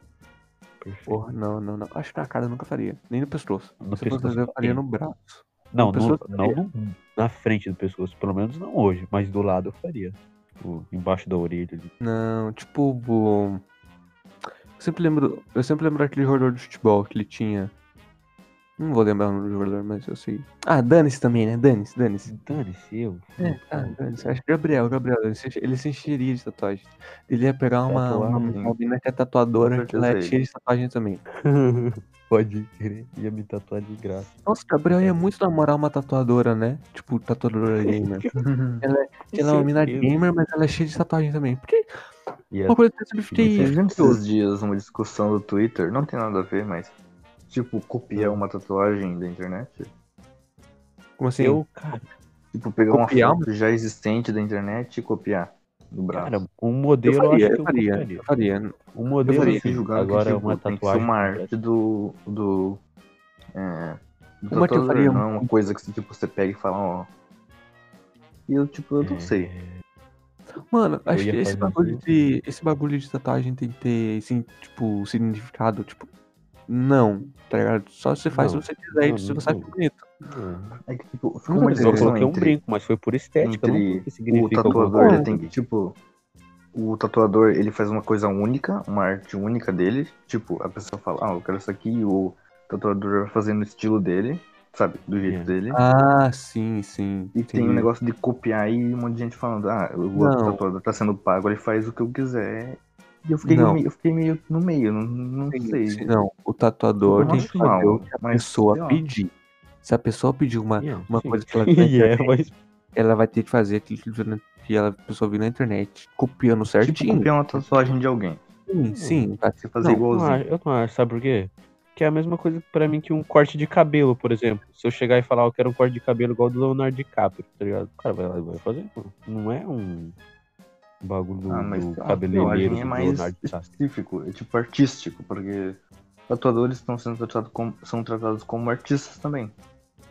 S3: Perfeito.
S2: Porra, não, não, não. Acho que na cara eu nunca faria. Nem no pescoço. Se
S3: No
S2: eu fosse
S3: pescoço
S2: fazer, eu faria
S3: faria.
S2: no braço. no
S3: não, no-
S2: pescoço
S3: não no- na frente do pescoço, pelo menos não hoje, mas do lado eu faria. Tipo, embaixo da orelha ali.
S2: Não, tipo. bom, Eu sempre lembro. Eu sempre lembro daquele jogador de futebol que ele tinha. Não vou lembrar o nome do jogador, mas eu sei. Ah, dane-se também, né? Dane-se, dane-se.
S3: Dane-se eu.
S2: Ah,
S3: é.
S2: dane-se. Acho que Gabriel, Gabriel, ele se, ele se encheria de tatuagem. Ele ia pegar uma, uma,
S1: Tatuagem.
S2: uma mina que é tatuadora, que ela é
S1: Certeza aí.
S2: cheia de tatuagem também.
S3: Pode crer, ia me tatuar de graça.
S2: Nossa, Gabriel
S3: É.
S2: ia muito namorar uma tatuadora, né? Tipo, tatuadora gamer. Que ela é uma mina gamer, mas ela é cheia de tatuagem também. Porque
S3: Ia
S2: uma coisa que eu sempre
S3: É.
S2: fiquei.
S1: Teve esses dias uma discussão do Twitter, não tem nada a ver, mas. Tipo,
S3: Hum.
S1: copiar uma tatuagem da internet.
S2: Como assim?
S3: ser eu, cara,
S1: Tipo, pegar
S2: Copiar
S1: uma foto já existente da internet e copiar no braço.
S3: cara, um modelo eu acho que eu
S2: faria, eu faria.
S3: Um
S1: eu
S3: modelo
S1: faria
S3: assim,
S1: que julgar
S3: agora
S1: que,
S3: é
S1: tipo,
S3: uma
S1: tem que ser
S3: tatuagem.
S1: uma arte do. do. É, do
S2: Uma que eu
S1: tatuador,
S2: faria
S1: não é uma coisa que tipo, você pega e fala, ó. E eu, tipo, eu não
S3: É.
S1: sei.
S2: Mano,
S3: Eu
S2: acho
S3: ia
S2: que esse
S3: fazer
S2: bagulho,
S3: isso.
S2: de, esse bagulho de tatuagem tem que ter, assim, tipo, significado, tipo, não, tá ligado? Só você faz
S3: Não,
S2: se você quiser
S3: não,
S2: e se
S3: não
S2: você acha
S3: vou.
S2: bonito.
S3: É.
S1: É que, tipo, ficou
S2: Nunca
S1: uma
S2: pensei,
S3: Eu
S1: discussão
S3: coloquei um
S1: entre
S3: brinco, mas foi por estética, eu
S1: entre
S3: não porque
S1: o
S3: significa alguma
S1: tatuador,
S2: coisa.
S1: ele tem que, tipo. O tatuador, ele faz uma coisa única, uma arte única dele. Tipo, a pessoa fala, ah, eu quero isso aqui, e o tatuador vai fazendo o estilo dele, sabe? Do jeito
S3: É.
S1: dele.
S2: Ah, sim, sim.
S1: E tem um
S2: entendi.
S1: negócio de copiar e um monte de gente falando, ah, o outro
S2: Não.
S1: tatuador tá sendo pago, ele faz o que eu quiser. E eu fiquei,
S2: Não.
S1: meio, eu fiquei meio no meio, não, não sei.
S2: Se não, o tatuador
S1: Eu
S3: é
S2: tem
S1: acho
S2: que
S1: mal,
S2: fazer o que a
S1: mas, sei
S2: pessoa
S1: lá.
S2: pedir. Se a pessoa pedir uma,
S3: Não,
S2: uma
S3: sim.
S2: coisa que ela viu na
S4: E é,
S2: internet,
S4: mas
S2: ela vai ter que fazer aquilo que viu na- que ela, a pessoa viu na internet, copiando
S1: Tipo,
S2: certinho.
S1: copiar uma tatuagem de alguém.
S2: sim, tá sim, pra
S1: Você fazer
S2: Não,
S4: eu não,
S1: igualzinho.
S4: acho, eu não acho, sabe por quê? Que é a mesma coisa pra mim que um corte de cabelo, por exemplo. Se eu chegar e falar, eu quero um corte de cabelo igual do Leonardo DiCaprio, tá ligado? O cara vai lá e vai fazer, pô. Não é um bagulho do,
S1: Ah, mas
S4: do
S1: a
S4: cabeleireiro
S1: tatuagem
S4: do
S1: é mais
S4: Leonardo DiCaprio.
S1: específico, é tipo artístico, porque tatuadores estão sendo tratados como, são tratados como artistas também.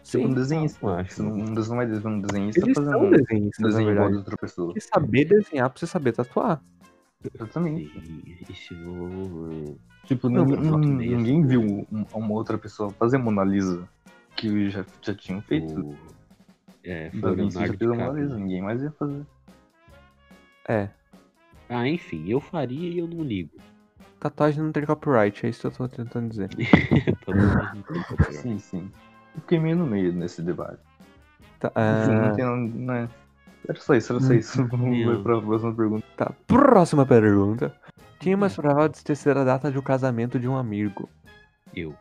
S1: Tipo um
S2: Sim,
S1: desenhista.
S4: Não acho.
S1: Você não, um des- não vai desenhar um desenhista
S2: eles
S1: fazendo
S2: são
S1: um
S2: desenhistas, na
S1: desenho igual de
S2: verdade.
S1: outra pessoa.
S2: Tem que saber desenhar pra você saber tatuar.
S1: Exatamente.
S3: E, e se eu...
S1: Tipo,
S3: Não,
S1: ninguém,
S3: não, não,
S1: ninguém
S3: não.
S1: viu um- uma outra pessoa fazer Mona Lisa que já, já tinham feito.
S3: o- É, foi
S1: Da
S3: o
S1: Vinci já
S3: Leonardo
S1: fez a Mona Lisa,
S3: DiCaprio.
S1: ninguém mais ia fazer.
S2: É,
S3: Ah, enfim, eu faria e eu não ligo.
S2: tatuagem não tem copyright, é isso que eu tô tentando dizer.
S3: Então, não tem problema.
S1: Sim, sim. Eu fiquei meio no meio nesse debate.
S2: Tá,
S1: Enfim,
S2: ah,
S1: não tem nada- não é- Era só isso, era só isso. Vamos
S3: Não.
S1: ver pra próxima pergunta.
S2: tá. Próxima pergunta. Quem é mais provável de esquecer a data de um casamento de um amigo?
S3: eu.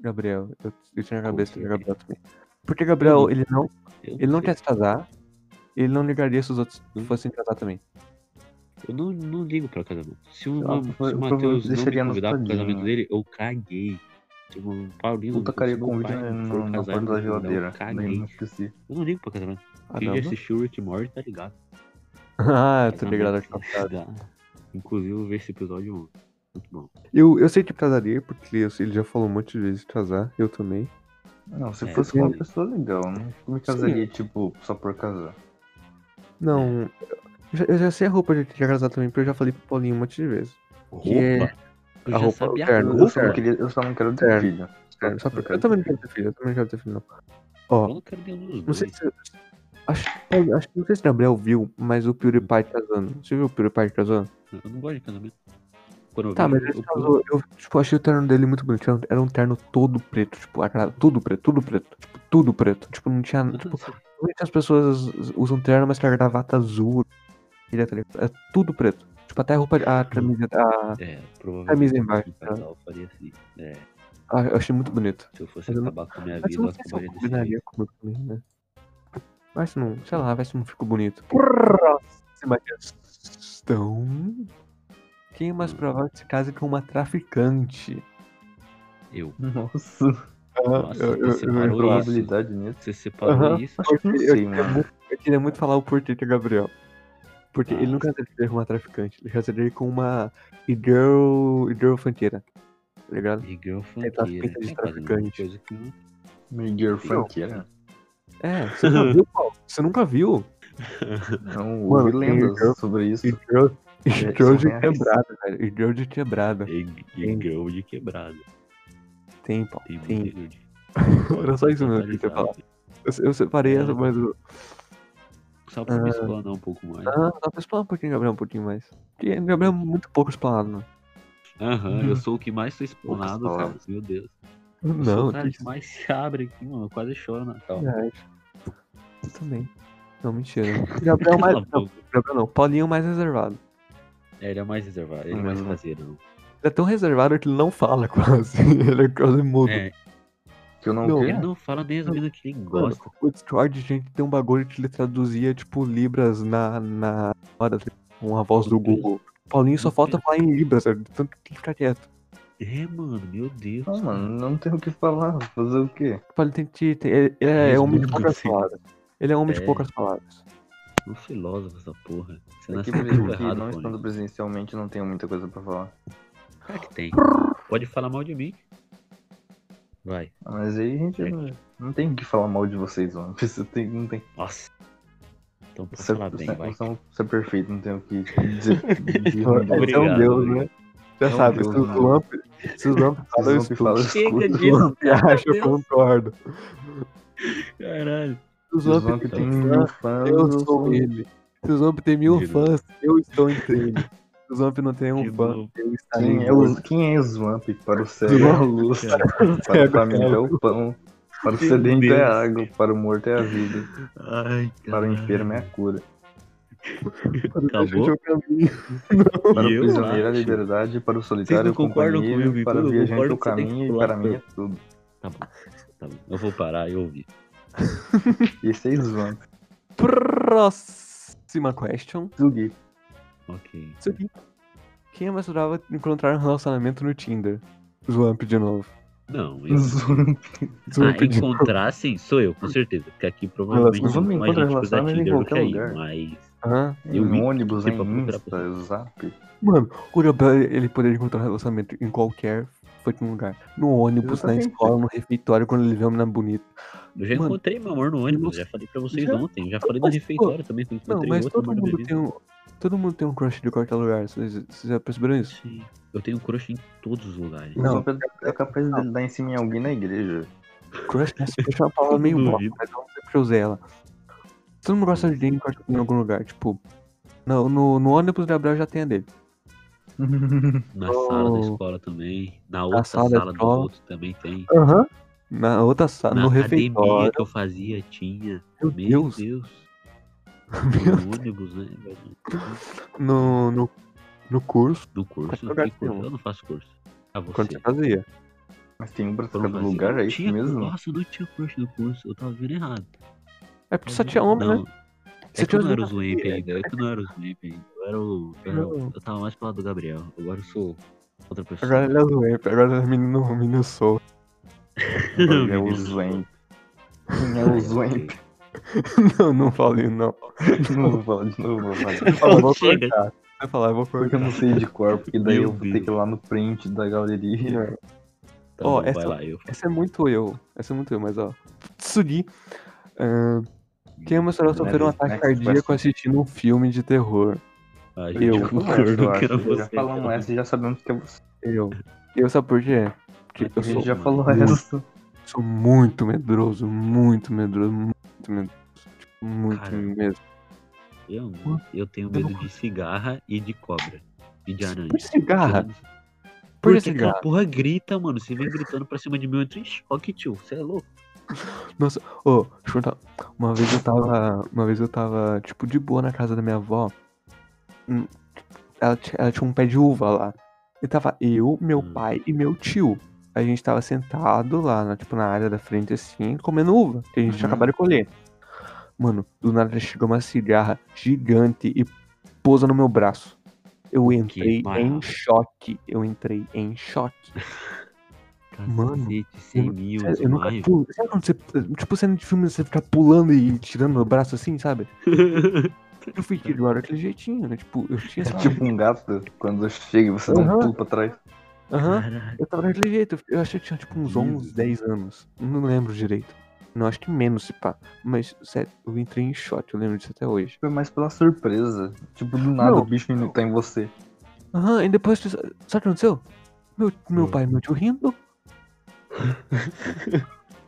S2: Gabriel, eu, eu tinha na
S3: Com
S2: cabeça do
S3: certeza.
S2: Gabriel também. Porque Gabriel,
S3: Uhum.
S2: ele não,
S3: eu
S2: ele não
S3: sei.
S2: quer se casar, ele não ligaria se os outros
S1: Uhum.
S2: fossem casar também.
S3: Eu não, não ligo pra casamento. Se o,
S1: Sei lá,
S3: se
S1: prova-
S3: o Matheus
S1: provavelmente
S3: não me
S1: deixaria
S3: convidar pro
S1: anotadinho,
S3: casamento
S1: né?
S3: dele, eu caguei. Se o Paulino
S1: Eu tacaria
S3: se meu
S1: convite
S3: pai
S1: na,
S3: não for
S1: na, na
S3: casar,
S1: porta
S3: né? eu
S1: da
S3: vou convidar,
S1: geladeira.
S3: Eu
S1: Daí
S3: caguei.
S1: não esqueci.
S3: Eu não ligo pra casamento.
S2: Ah,
S1: é
S3: Quem
S2: não,
S3: já
S2: não?
S3: assistiu o Rick and Morty tá ligado.
S2: Ah, eu tô ligado. tá
S3: Casamento dá. Inclusive, eu vi esse episódio mano. muito bom.
S2: Eu, eu sei que casaria, porque eu sei- ele já falou um monte de vezes de casar, eu também.
S1: Não, se
S3: É,
S1: fosse com uma
S3: sim.
S1: pessoa legal, né? não me casaria, tipo, só por casar.
S2: Não, eu já, eu já sei a roupa de que quer casar também, porque eu já falei pro Paulinho um monte de vezes. Que é-
S3: Roupa? Eu
S2: a
S3: já
S2: roupa,
S3: sabia
S2: o terno,
S3: tudo.
S1: Eu
S2: Certo.
S1: só não, queria, eu só não quero ter
S2: Certo.
S1: filho.
S2: Cara, é, só
S1: não
S2: porque-
S1: quero
S2: eu também não quero ter filho, eu também não quero ter filho, não. Ó,
S3: Eu não quero nenhum dos
S2: não sei
S3: dois.
S2: se. Acho, Paulinho, acho que não sei se o Gabriel viu, mas o PewDiePie casando. Você viu o PewDiePie casando?
S3: Eu não gosto de casamento. Quando eu
S2: Tá, mas
S3: vejo,
S2: ele
S3: eu
S2: casou, eu tipo, achei o terno dele muito bonito. Era um- Era um terno todo preto, tipo, a cara- tudo preto, tudo preto, tipo, tudo preto. Tipo, não tinha.
S3: pulo.
S2: Tipo, normalmente as pessoas usam terno, mas tem a gravata azul. ele É tá ligado? É tudo preto. Tipo, até a roupa, a
S1: Uhum.
S2: camisa. a-
S3: É,
S2: Camisa
S3: provavelmente.
S2: embaixo, né?
S3: em casal, eu faria assim. É,
S2: a- eu achei muito bonito.
S3: se eu fosse
S2: Mas eu não-
S3: acabar com a minha
S2: Mas
S3: vida,
S2: eu
S3: eu
S2: não sei se é eu
S3: acabaria desse
S2: combinaria
S3: jeito.
S2: comigo também, né? Mas não, sei lá, vai se não ficou bonito. Próxima questão. Quem é mais
S1: Hum.
S2: provável que se case com uma traficante?
S3: Eu.
S1: Nossa,
S3: Nossa,
S2: Ah, eu- eu-
S3: você
S2: eu-
S3: parou isso.
S1: probabilidade nisso.
S3: Você separou
S2: Aham.
S3: isso?
S1: Acho que não
S2: Eu
S1: sei,
S2: queria,
S1: mano.
S2: muito, eu queria muito falar o porquê que é Gabriel. Porque ele
S1: Tá.
S3: Ah.
S2: não casaria com uma traficante, ele casaria com uma girl, girl funkeira. Tá ligado?
S3: E girl
S2: Ele tá
S3: funkeira.
S2: feito de
S3: tá fazendo uma
S2: traficante.
S3: coisa que não-
S1: Meio girlfriend,
S2: né?
S1: era.
S2: É, você já viu, Paulo? Você nunca viu?
S1: Não,
S2: Mano,
S1: ouvi lendas
S2: girl-
S1: sobre isso.
S2: Girl, girl de
S1: surreal.
S2: quebrada, velho. E Girl de quebrada.
S3: E, e girl de quebrada.
S2: Tem, Paulo.
S3: Tem
S2: Tem.
S3: muito girl de
S2: Era só isso mesmo que eu queria falar. Eu, eu separei essa, mas. eu-
S3: Só pra me explanar um pouco mais.
S2: Ah, dá pra explanar um pouquinho, Gabriel, um pouquinho mais. Porque Gabriel é muito pouco explanado, né?
S3: Aham, eu sou o que mais sou explanado,
S1: Poucas
S3: cara.
S1: palavras.
S3: Meu Deus. Eu sou
S2: Não, É,
S3: o cara
S2: tem
S3: que mais se abre aqui, mano. Eu quase choro né? na Natal.
S2: verdade. Eu também. Não, mentira. Gabriel é mais. não, Gabriel não. Paulinho é o mais reservado.
S3: É, ele é mais reservado, ele é
S1: Mas
S3: mais
S1: não.
S3: caseiro.
S2: Ele é tão reservado que ele não fala quase. Ele é quase mudo.
S3: É,
S1: Que eu não,
S2: Não,
S1: não
S3: ele não fala nem as minas que ele gosta.
S2: O Discord, gente, tem um bagulho que ele traduzia, tipo, libras na, na hora, tipo, com a voz do Google. Paulinho só falta falar em libras, sabe? tanto que ele fica quieto.
S3: É, mano, meu Deus.
S1: Não, mano, não tenho o que falar. Fazer o quê?
S2: Tipo, ele tem que. tem- Ele, ele é
S3: Mas
S2: homem de
S3: não,
S2: poucas
S3: sim.
S2: palavras. Ele é homem de
S3: É.
S2: poucas palavras.
S3: Um filósofo essa porra. Você
S1: É que
S3: nasceu no
S1: mesmo
S3: tempo
S1: que
S3: errado,
S1: não
S3: Paulinho.
S1: estando presencialmente, eu não tenho muita coisa pra falar.
S3: Claro que tem. Pode falar mal de mim. Vai.
S1: Ah, Mas aí a gente
S3: É.
S1: não, não tem o que falar mal de vocês, mano. Você tem, não tem.
S3: Nossa. Então pode
S1: Você,
S3: falar
S1: você-
S3: bem, vai.
S1: você é um- você é perfeito, não tem o que dizer. de ruim.
S2: Ele é um
S3: Obrigado,
S2: deus,
S3: obrigado.
S2: né? Já
S1: É um
S2: sabe,
S1: deus,
S2: se o
S1: né?
S2: Swamp. Se o Swamp fala, eu
S1: Vocês vão
S2: escuto.
S1: falar, eu
S3: Chega
S1: escuto.
S2: Se o Swamp acha, eu
S3: Deus.
S2: concordo.
S3: Caralho.
S2: Se o
S1: Vocês
S2: Swamp
S1: vão que
S2: tem
S1: tem mil fãs.
S2: Eu sou ele. Se o Zomp tem mil
S3: Virou.
S2: fãs, eu estou entre eles. Se o Zomp não tem um
S3: Que
S2: fã,
S3: louco.
S2: eu estarei
S1: Quem
S2: entre
S1: é, o, quem é o Zwamp? Para o céu é a luz, para o faminto é o pão, para o
S3: Meu
S1: sedento é
S3: Deus.
S1: a água, para o morto é a vida,
S3: Ai,
S1: para o
S3: caralho.
S1: enfermo é a cura.
S3: Acabou.
S1: Para
S3: eu
S1: o prisioneiro, é a
S3: acho.
S1: liberdade, para o
S3: Vocês
S1: solitário, é
S3: não
S1: o
S3: concordam comigo,
S1: companheiro, para o
S3: Igor? Eu
S1: viajante, é
S3: concordo
S1: o
S3: que você tem que
S1: caminho e
S3: pular
S1: para mim é tudo.
S3: Tá bom. Tá bom. Eu vou parar e ouvir.
S1: E vocês vão.
S2: Próxima question.
S1: Sugi.
S3: Ok.
S2: Isso aqui. Quem é mais provável de encontrar um relacionamento no Tinder? Zwamp de novo.
S3: Não, eu...
S1: Zumbi.
S2: Zwamp
S3: ah,
S2: de novo.
S3: encontrar sim, sou eu, com certeza. Porque aqui provavelmente
S1: Mas vamos
S3: tem mais
S1: encontrar
S3: gente que usa
S1: relacionamento em
S3: Tinder do
S1: qualquer
S3: que aí,
S1: lugar.
S3: mas.
S2: Aham.
S1: Em
S3: Eu vi
S1: ônibus,
S3: que
S1: em
S3: pra procurar
S1: Insta, Zap.
S2: Mano, o Gabriel, ele poderia encontrar um relacionamento em qualquer fucking lugar. No ônibus, na
S1: Exatamente.
S2: escola, no refeitório, quando ele vê uma menina bonita.
S3: Eu já
S2: Mano,
S3: encontrei meu amor no ônibus,
S2: nossa,
S3: já falei pra vocês
S2: já-
S3: ontem. Já falei no
S2: mas, pô,
S3: refeitório também, que eu
S2: Não,
S3: encontrei
S2: mas
S3: outro
S2: todo
S3: amor da minha
S2: mundo
S3: vida.
S2: tem um... Todo mundo tem um crush de qualquer lugar. Vocês, vocês já perceberam isso?
S3: Sim. Eu tenho um crush em todos os lugares.
S1: Não.
S2: Não.
S1: É capaz de dar em cima em alguém na igreja.
S2: Crush, né? Se deixar uma palavra meio
S3: Duvido.
S2: bosta, mas eu não sei porque eu usei ela. Todo mundo gosta de alguém que gosta em algum lugar, tipo. No, no, no ônibus o Gabriel já tem a dele.
S3: Na sala da
S2: Oh.
S3: escola também. Na outra
S2: sala da
S3: sala do
S2: escola.
S3: outro também tem.
S2: Aham. Na outra sala,
S3: Na
S2: no
S3: academia
S2: refeitório.
S3: que eu fazia tinha.
S2: Meu
S3: Meu
S2: Deus.
S3: Deus.
S2: Meu
S3: No ônibus, né? velho?
S2: No, no, no curso,
S3: No curso, não
S2: Lugar
S3: tem curso.
S2: nenhum.
S3: Eu não faço curso. Ah, você.
S2: quando você fazia.
S1: Mas tem um pra
S3: Eu não
S1: cada
S3: fazia.
S1: lugar,
S3: Eu
S1: é
S3: tinha-
S1: isso mesmo?
S3: Nossa, eu não tinha crush no curso. Eu tava vendo errado.
S2: É porque só tinha homem, né?
S3: Não, É
S2: Você
S3: que eu
S2: tinha
S3: não
S2: os
S3: era o
S2: meninos.
S3: Zwamp ainda. É que eu não era o Zwamp ainda. Eu era o. Eu, era o-
S2: Não.
S3: eu tava mais pro lado do Gabriel. Agora eu sou outra pessoa.
S2: Agora ele é zoeiro, agora ele é menino, menino sou.
S1: Ele é
S3: Menino
S1: o Zwemp. Quem é o Zwemp?
S2: Não, não falei, não.
S1: Não vou falar de novo, não vou falar.
S2: Fala, eu vou
S3: Chega.
S2: cortar. Vai falar, eu vou
S1: Porque eu
S2: cortar.
S1: não sei de cor, porque daí
S3: Meu
S1: eu vou ter
S3: Deus.
S1: que ir lá no print da galeria.
S2: Não. Ó,
S3: Tá bom, vai
S2: essa-
S3: lá, eu.
S2: Essa é muito eu. Essa é muito eu, mas ó. Tsugi. ahn, quem é uma história sofrer um
S1: Next
S2: ataque
S1: question.
S2: cardíaco assistindo um filme de terror?
S3: A
S1: Eu já falamos,
S3: gente
S1: eu
S3: É, concordo que era
S1: acho. Já
S3: você.
S1: falamos essa e já sabemos que é você.
S2: Eu. Eu sabe por quê? Porque
S1: A
S2: eu
S1: gente
S2: sou,
S1: já
S3: mano.
S1: falou essa.
S2: sou muito medroso, muito medroso, muito medroso. Tipo, muito
S3: Cara,
S2: mesmo.
S3: Eu, não. eu tenho medo de cigarra e de cobra. E de aranha.
S2: Por cigarra? Por
S3: Porque
S2: que cigarra?
S3: aquela porra grita, mano. Você vem gritando pra cima de mim, eu entro em choque, tio. Você é louco.
S2: Ô, deixa eu contar. Uma vez eu tava. Uma vez eu tava, tipo, de boa na casa da minha avó. Hum, Ela, ti- ela tinha um pé de uva lá. E tava eu, meu
S3: Hum.
S2: pai e meu tio. A gente tava sentado lá, na, tipo, na área da frente, assim, comendo uva, que a gente tinha
S1: Uhum.
S2: acabado de colher. Mano, do nada chegou uma cigarra gigante e pousa no meu braço. Eu entrei em
S3: maravilha.
S2: choque. Eu entrei em choque. Mano,
S3: Cacete, 100 mil,
S2: Sério, eu nunca
S3: maio.
S2: pulo. Sabe quando você. Tipo, cena de filme, você fica pulando e tirando meu braço assim, sabe? Eu fiquei agora daquele jeitinho, né? Tipo, eu tinha
S1: É
S2: essa.
S1: tipo um gato, quando chega e você dá um
S2: Aham.
S1: pulo pra trás.
S2: Aham.
S1: né?
S3: Caraca,
S2: Eu tava daquele jeito. Eu acho que eu tinha tipo uns
S3: Meu
S1: Uhum.
S2: 11, 10 anos. Não lembro direito. Não, acho que menos, se pá. Mas, sério, eu entrei em choque, eu lembro disso até hoje.
S1: Foi mais pela surpresa. Tipo, do nada
S2: Não.
S1: o bicho indo tá em você.
S2: Aham, e depois. tu- Sabe o que aconteceu? Meu, meu
S3: Hum.
S2: pai e meu tio rindo.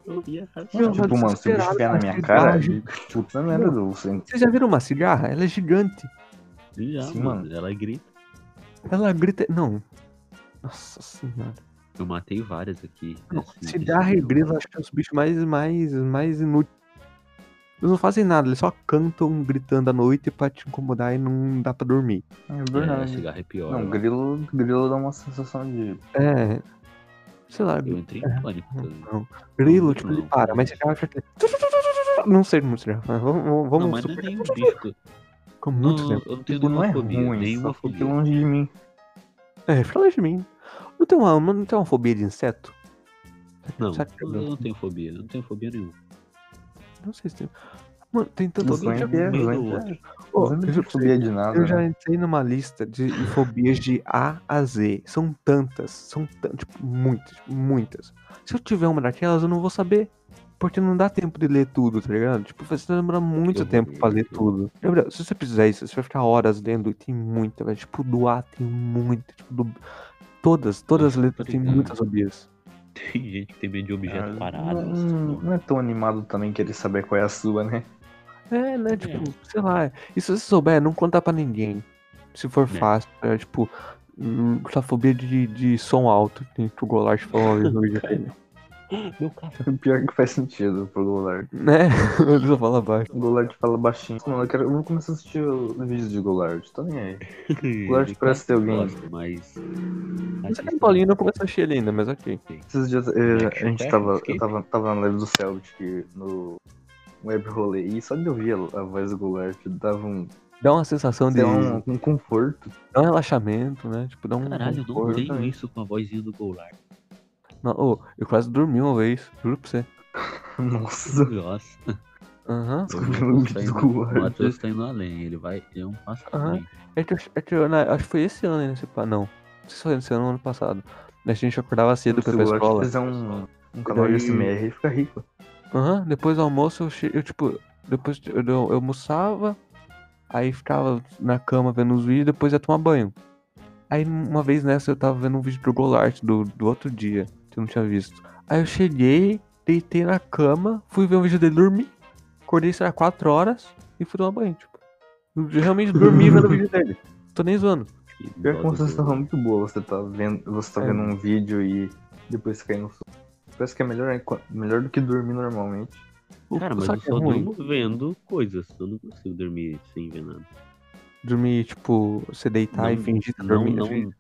S3: eu ia arrasar.
S2: Meu
S1: Tipo, mano, se o bicho vier na minha cara, puta merda, você
S2: Vocês já viram uma cigarra? Ela é gigante.
S3: Já,
S1: Sim,
S3: mano.
S1: mano.
S3: Ela grita.
S2: Ela grita. Não. Nossa senhora.
S3: Eu matei várias aqui.
S2: Não,
S3: assim,
S2: Se
S3: nesse
S2: dá
S3: jogo.
S2: regresa, acho que é os bichos mais, mais, mais inúteis. Eles não fazem nada, eles só cantam gritando à noite pra te incomodar e não dá pra dormir.
S1: É
S3: É,
S1: verdade.
S3: cigarro é pior.
S1: Não,
S3: eu
S1: grilo, grilo dá uma sensação de.
S2: É. Sei lá,
S3: acho. Eu entrei em pânico. tá ligado?
S2: grilo, tipo, ele
S3: não,
S2: para, mas
S3: não.
S2: cigarro fica. Não sei, não sei. Vamos, vamos,
S3: Não,
S2: vamos
S3: mas é não é
S2: super-
S3: nenhum bicho. que eu-
S2: com
S3: Não,
S2: muito tempo.
S3: eu não tenho
S1: Tipo, não
S3: nenhuma
S1: é
S3: fobia.
S1: ruim,
S3: nenhuma
S1: só fica
S3: fobia.
S1: longe de mim.
S2: É, fica longe de mim. Não tem uma, não tem uma fobia de inseto?
S3: Não,
S2: Sabe que eu-
S3: eu não tenho fobia. Eu não tenho fobia nenhuma.
S2: Não sei se tem. Mano, tem tanta
S1: Não
S3: Alguém
S1: sei,
S3: já
S1: é,
S3: comeu
S1: não
S3: do
S1: é.
S3: outro.
S2: Ô,
S1: Mas eu
S2: eu
S1: não
S2: já-
S1: tenho fobia de nada.
S2: Eu já
S1: né?
S2: entrei numa lista de fobias de A a Z. São tantas, são tantas, tipo, muitas, tipo, muitas. Se eu tiver uma daquelas, eu não vou saber. Porque não dá tempo de ler tudo, tá ligado? Tipo, você demora muito
S3: horror,
S2: tempo pra ler
S3: que
S2: tudo. Gabriel, se você precisar isso, você vai ficar horas lendo e tem muita, velho. Tipo, do A tem muita. Tipo, do... Todas, todas as
S3: Nossa,
S2: letras
S3: tá
S2: têm
S3: ligado.
S2: muitas fobias.
S3: Tem gente que tem medo de objeto
S1: Ah,
S3: parado. assim,
S1: não,
S3: tipo, essas coisas.
S1: não é tão animado também querer saber qual é a sua, né?
S2: É, né? Tipo, sei lá. E se você souber, não contar pra ninguém. Se for
S3: É.
S2: fácil, é tipo,
S3: É.
S2: hum, sua fobia de, de som alto, que nem que o Goulart falou ali no vídeo dele.
S3: "Ah,
S4: Meu cara.
S1: Pior que faz sentido pro Goulart.
S2: Né? Ele só fala baixo.
S1: O Goulart fala baixinho. Mano, eu, quero... eu vou começar a assistir o vídeo de Goulart. Tá nem aí. Goulart parece ter alguém.
S3: Gosto, mas.
S2: Mas aquele Paulinho não começou a achei ele ainda, mas ok.
S1: Esses dias eh, a gente
S4: Action
S1: tava,
S4: Pack?
S1: eu tava, tava na live do Celtic no web rolê e só de ouvir a, a voz do Goulart dava um,
S2: Dá uma sensação de.
S1: deu um, um conforto.
S2: Dá um relaxamento, né? Tipo, dá um.
S3: Caralho, eu não
S2: conforto.
S3: tenho
S1: também.
S3: isso com a vozinha do Goulart.
S2: Não, ô, eu quase dormi uma vez, juro pra você.
S1: Nossa,
S3: Nossa.
S2: Aham.
S1: escutando o
S3: Tá
S1: vídeo do
S3: indo- O
S1: Goulart.
S3: Matheus tá indo além, ele vai. Ele é um passo à
S2: Aham.
S3: frente.
S2: É que, eu, é que eu- na- acho que foi esse ano, né? Esse, pa- não. Não sei se foi esse ano ou ano passado. A gente acordava cedo pra ir pra
S1: Se o Goulart
S2: escola.
S1: fizer um, um canal de SMR, ele fica
S3: um
S1: rico.
S2: Aham, depois do almoço eu, che- eu, tipo, depois eu, eu almoçava, aí ficava na cama vendo os vídeos, depois ia tomar banho. Aí uma vez nessa eu tava vendo um vídeo do Golart do, do outro dia, que eu não tinha visto. Aí eu cheguei, deitei na cama, fui ver um vídeo dele dormir, acordei, sei lá, 4 horas e fui tomar banho, tipo. Eu realmente dormi vendo o vídeo dele. Tô nem zoando.
S3: Que
S1: Pior que
S3: dó
S1: é uma
S3: do
S1: sensação
S3: Goulart.
S1: muito boa, você tá vendo, você tá
S2: É.
S1: vendo um vídeo e depois cai no sono. Parece que é melhor, enqu- melhor do que dormir normalmente.
S2: O-
S3: Cara,
S2: o
S3: mas eu
S2: saco é
S3: só
S2: ruim.
S3: durmo vendo coisas. Eu não consigo dormir sem ver nada.
S2: Dormir, tipo, você deitar e
S3: Não-
S2: fingir que tá
S3: Não,
S2: dormindo.
S3: não,
S2: assim.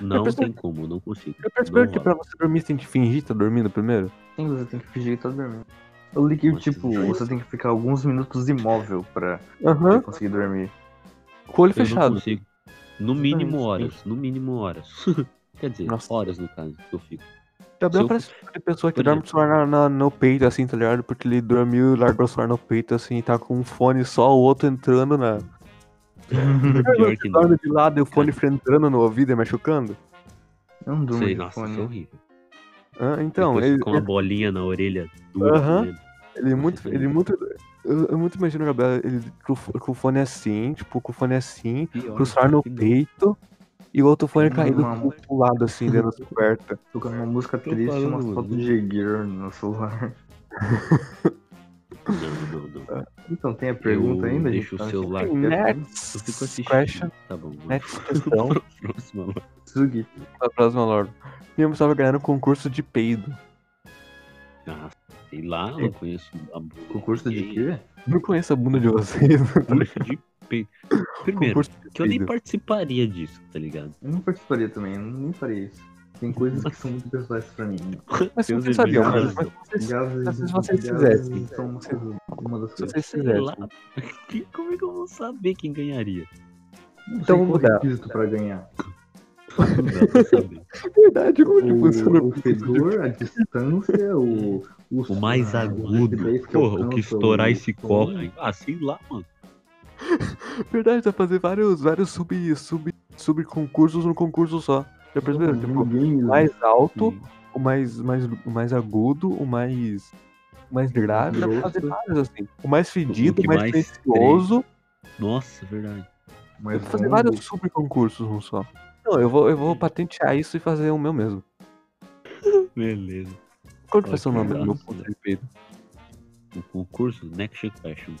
S3: não
S2: percebi-
S3: tem como, não consigo.
S2: Eu percebi
S3: Não
S2: que
S3: rola.
S2: pra você dormir você tem que fingir que tá dormindo primeiro.
S1: Sim, você tem que fingir que tá dormindo. Eu li que,
S3: Nossa,
S1: tipo,
S3: isso.
S1: você tem que ficar alguns minutos imóvel pra
S2: Aham.
S1: pra conseguir dormir.
S2: Tipo, Com o olho
S3: Eu não
S2: fechado.
S3: consigo. No mínimo
S1: Exatamente.
S3: horas. No mínimo horas. Quer dizer,
S2: Nossa.
S3: horas no caso que eu fico.
S2: Gabriel
S3: Se
S2: Tá
S3: eu-
S2: parece aquele pessoa que
S3: Por
S2: dorme com o celular na, na- no peito, assim, tá ligado? Porque ele dormiu e largou o celular no peito, assim, tá com um fone só, o outro entrando na.
S3: Pior que não.
S2: Dorme de lado e o fone entrando no ouvido e machucando.
S1: Eu não durmo
S3: Sei,
S1: de
S3: nossa, isso é
S1: fone. né?
S3: horrível.
S2: Hã? né? então,
S3: Depois
S2: ele,
S3: com uma bolinha na orelha dura.
S2: Aham.
S3: né?
S2: ele muito. Ele muito. Eu, eu muito imagino o Gabriel ele com, o fo- com o fone assim, tipo, com o fone assim,
S3: Pior,
S2: com o celular no
S3: que dó.
S2: peito e o outro fone
S1: Não,
S2: caído
S1: mano.
S2: pro lado, assim, dentro da coberta.
S1: Tocando uma música
S3: Tô
S1: triste e uma
S3: falando,
S1: foto
S3: mano.
S1: de Jaguar no celular.
S3: Não, não, não.
S1: Então, tem a pergunta
S3: Eu
S1: ainda?
S3: deixo
S1: gente?
S3: o celular
S1: Tá, fica quieto.
S3: Eu fico
S2: Next
S3: assistindo.
S2: question.
S3: Tá bom. vamos
S2: Next questão.
S3: pra Próxima.
S1: Tá Sugi.
S2: Pra próxima, Lord. Minha estava ganhando um concurso de peido.
S3: Ah, sei lá,
S2: É.
S3: eu não conheço a bunda
S1: Concurso de
S3: ninguém.
S1: quê?
S2: Não conheço a bunda de vocês.
S3: Concurso de peito. Primeiro,
S2: concurso de
S3: que eu nem
S2: peido.
S3: participaria disso, tá ligado?
S1: Eu não participaria também, eu nem faria isso. Tem coisas que são muito pessoais pra mim.
S2: Mas
S3: Deus
S2: vocês sabiam,
S3: me
S2: mas,
S3: livre.
S2: mas vocês,
S1: Gases,
S2: se vocês
S1: gases
S2: fizessem.
S1: são uma, coisa- uma das
S2: se é
S1: coisas.
S2: vocês
S3: Sei lá.
S2: fizessem.
S3: Que- Como é que eu vou saber quem ganharia?
S1: Não sei
S2: Então vamos
S1: qual
S2: mudar.
S1: requisito pra ganhar.
S3: Não dá pra saber.
S2: É verdade, como que funciona?
S1: O, o fedor, a distância, o. O,
S3: O mais
S2: Ah,
S1: a-
S3: agudo.
S1: o GPS
S3: Porra, o que
S1: alcança,
S3: estourar
S1: o-
S3: esse copo.
S2: né?
S3: aí. Ah, sei lá, mano.
S2: É verdade, dá pra fazer vários, vários sub, sub, sub concursos num concurso só. Já
S3: Uhum.
S2: perceberam? Tipo,
S1: Ninguém
S2: o mais alto, o mais, mais, o mais agudo, o mais, o mais grave. Dá pra fazer
S1: Grosso.
S2: vários assim. O mais fedido,
S3: Uhum. que
S2: o mais
S3: mais
S2: precioso.
S3: Nossa, verdade.
S2: Dá
S1: mais
S2: pra fazer
S1: longo.
S2: vários sub concursos num só. Não, eu vou, eu vou patentear isso e fazer o meu mesmo.
S3: Beleza.
S2: Qual que vai ser o
S3: Ok,
S2: nome do meu
S3: nossa.
S2: ponto de peido?
S3: O concurso Next Question.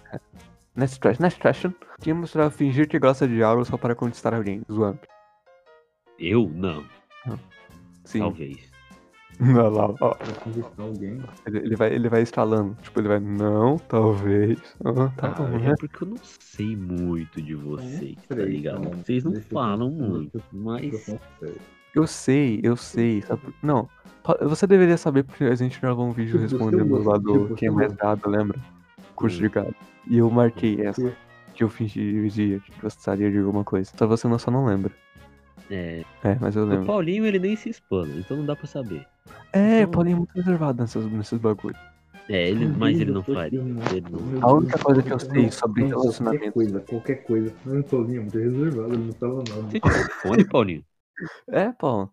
S2: Next question, next question. Tinha mostrado fingir que gosta de algo só para conquistar alguém. Zoando.
S3: Eu? Não.
S2: Sim.
S3: Talvez.
S2: Olha lá, ó.
S1: Pra conquistar alguém.
S2: Ele, ele vai, ele vai instalando. Tipo, ele vai, não, talvez. Ah, tá bom,
S3: Ah,
S2: né?
S3: é porque eu não sei muito de vocês, tá
S1: Peraí,
S3: ligado?
S1: então,
S3: Vocês não
S1: deixa eu
S3: falam
S1: pensar.
S3: muito, mas.
S2: Eu sei, eu sei. sabe por- Não, pa- você deveria saber porque a gente gravou um vídeo
S1: Tipo, você
S2: respondendo
S1: gosta,
S2: lá do
S1: tipo,
S2: quem é
S1: você
S2: mais gado, lembra? Curso de gado. E eu marquei essa. Que eu fingi que gostaria de alguma coisa. Só você não, só não lembra.
S3: É,
S2: É, mas eu
S3: o
S2: lembro.
S3: Paulinho ele nem se expana, então não dá pra saber.
S2: É,
S3: Então-
S2: Paulinho é muito reservado nessas, nesses bagulhos.
S3: É, ele, mas ele não faria. Ele não-
S2: A única coisa que eu sei sobre relacionamento-
S1: Então, Qualquer coisa, qualquer coisa. Não tô nem muito reservado, eu não tava nada.
S3: Você tirou o fone, Paulinho?
S2: É, Paulo.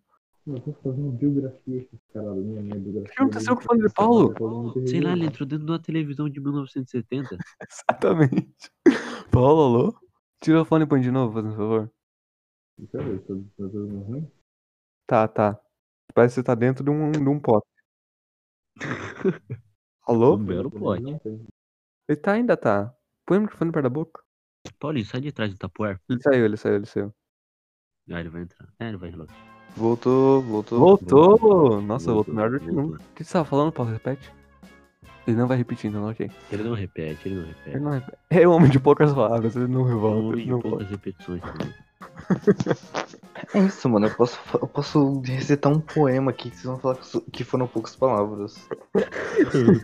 S1: Eu tô fazendo biografia com esse cara, minha, minha biografia.
S2: que
S3: tá
S2: aconteceu com o Fábio Paulo?
S1: tá
S3: Sei lá, ele entrou dentro de uma televisão de 1970.
S2: Exatamente. Paulo, alô? Tira o fone e põe de novo, fazendo favor.
S1: Peraí, tá tá dando ruim?
S2: Tá, tá. Parece que você tá dentro de um, de um pote.
S3: O
S2: Alô?
S3: Um Belo pode.
S1: Não tem.
S2: Ele tá, ainda tá. Põe o microfone perto da boca.
S3: Paulinho, sai de trás do tapuar.
S2: Ele saiu, ele saiu, ele saiu.
S3: Ah, ele vai entrar. É, ele vai relaxar.
S1: Voltou, voltou.
S2: Voltou! Nossa, voltou melhor do que
S3: voltou.
S2: nunca. O que você tava falando, Paulo? Repete. Ele não vai repetir, então, ok.
S3: Ele não repete, ele não
S2: Ele
S3: repete.
S2: não repete. É um homem de poucas palavras, ele não
S3: É um
S2: revolta.
S3: homem
S2: ele
S3: de
S2: não
S3: poucas repetições. né?
S1: É isso, mano. Eu posso, eu posso recitar um poema aqui que vocês vão falar que sou- que foram poucas palavras.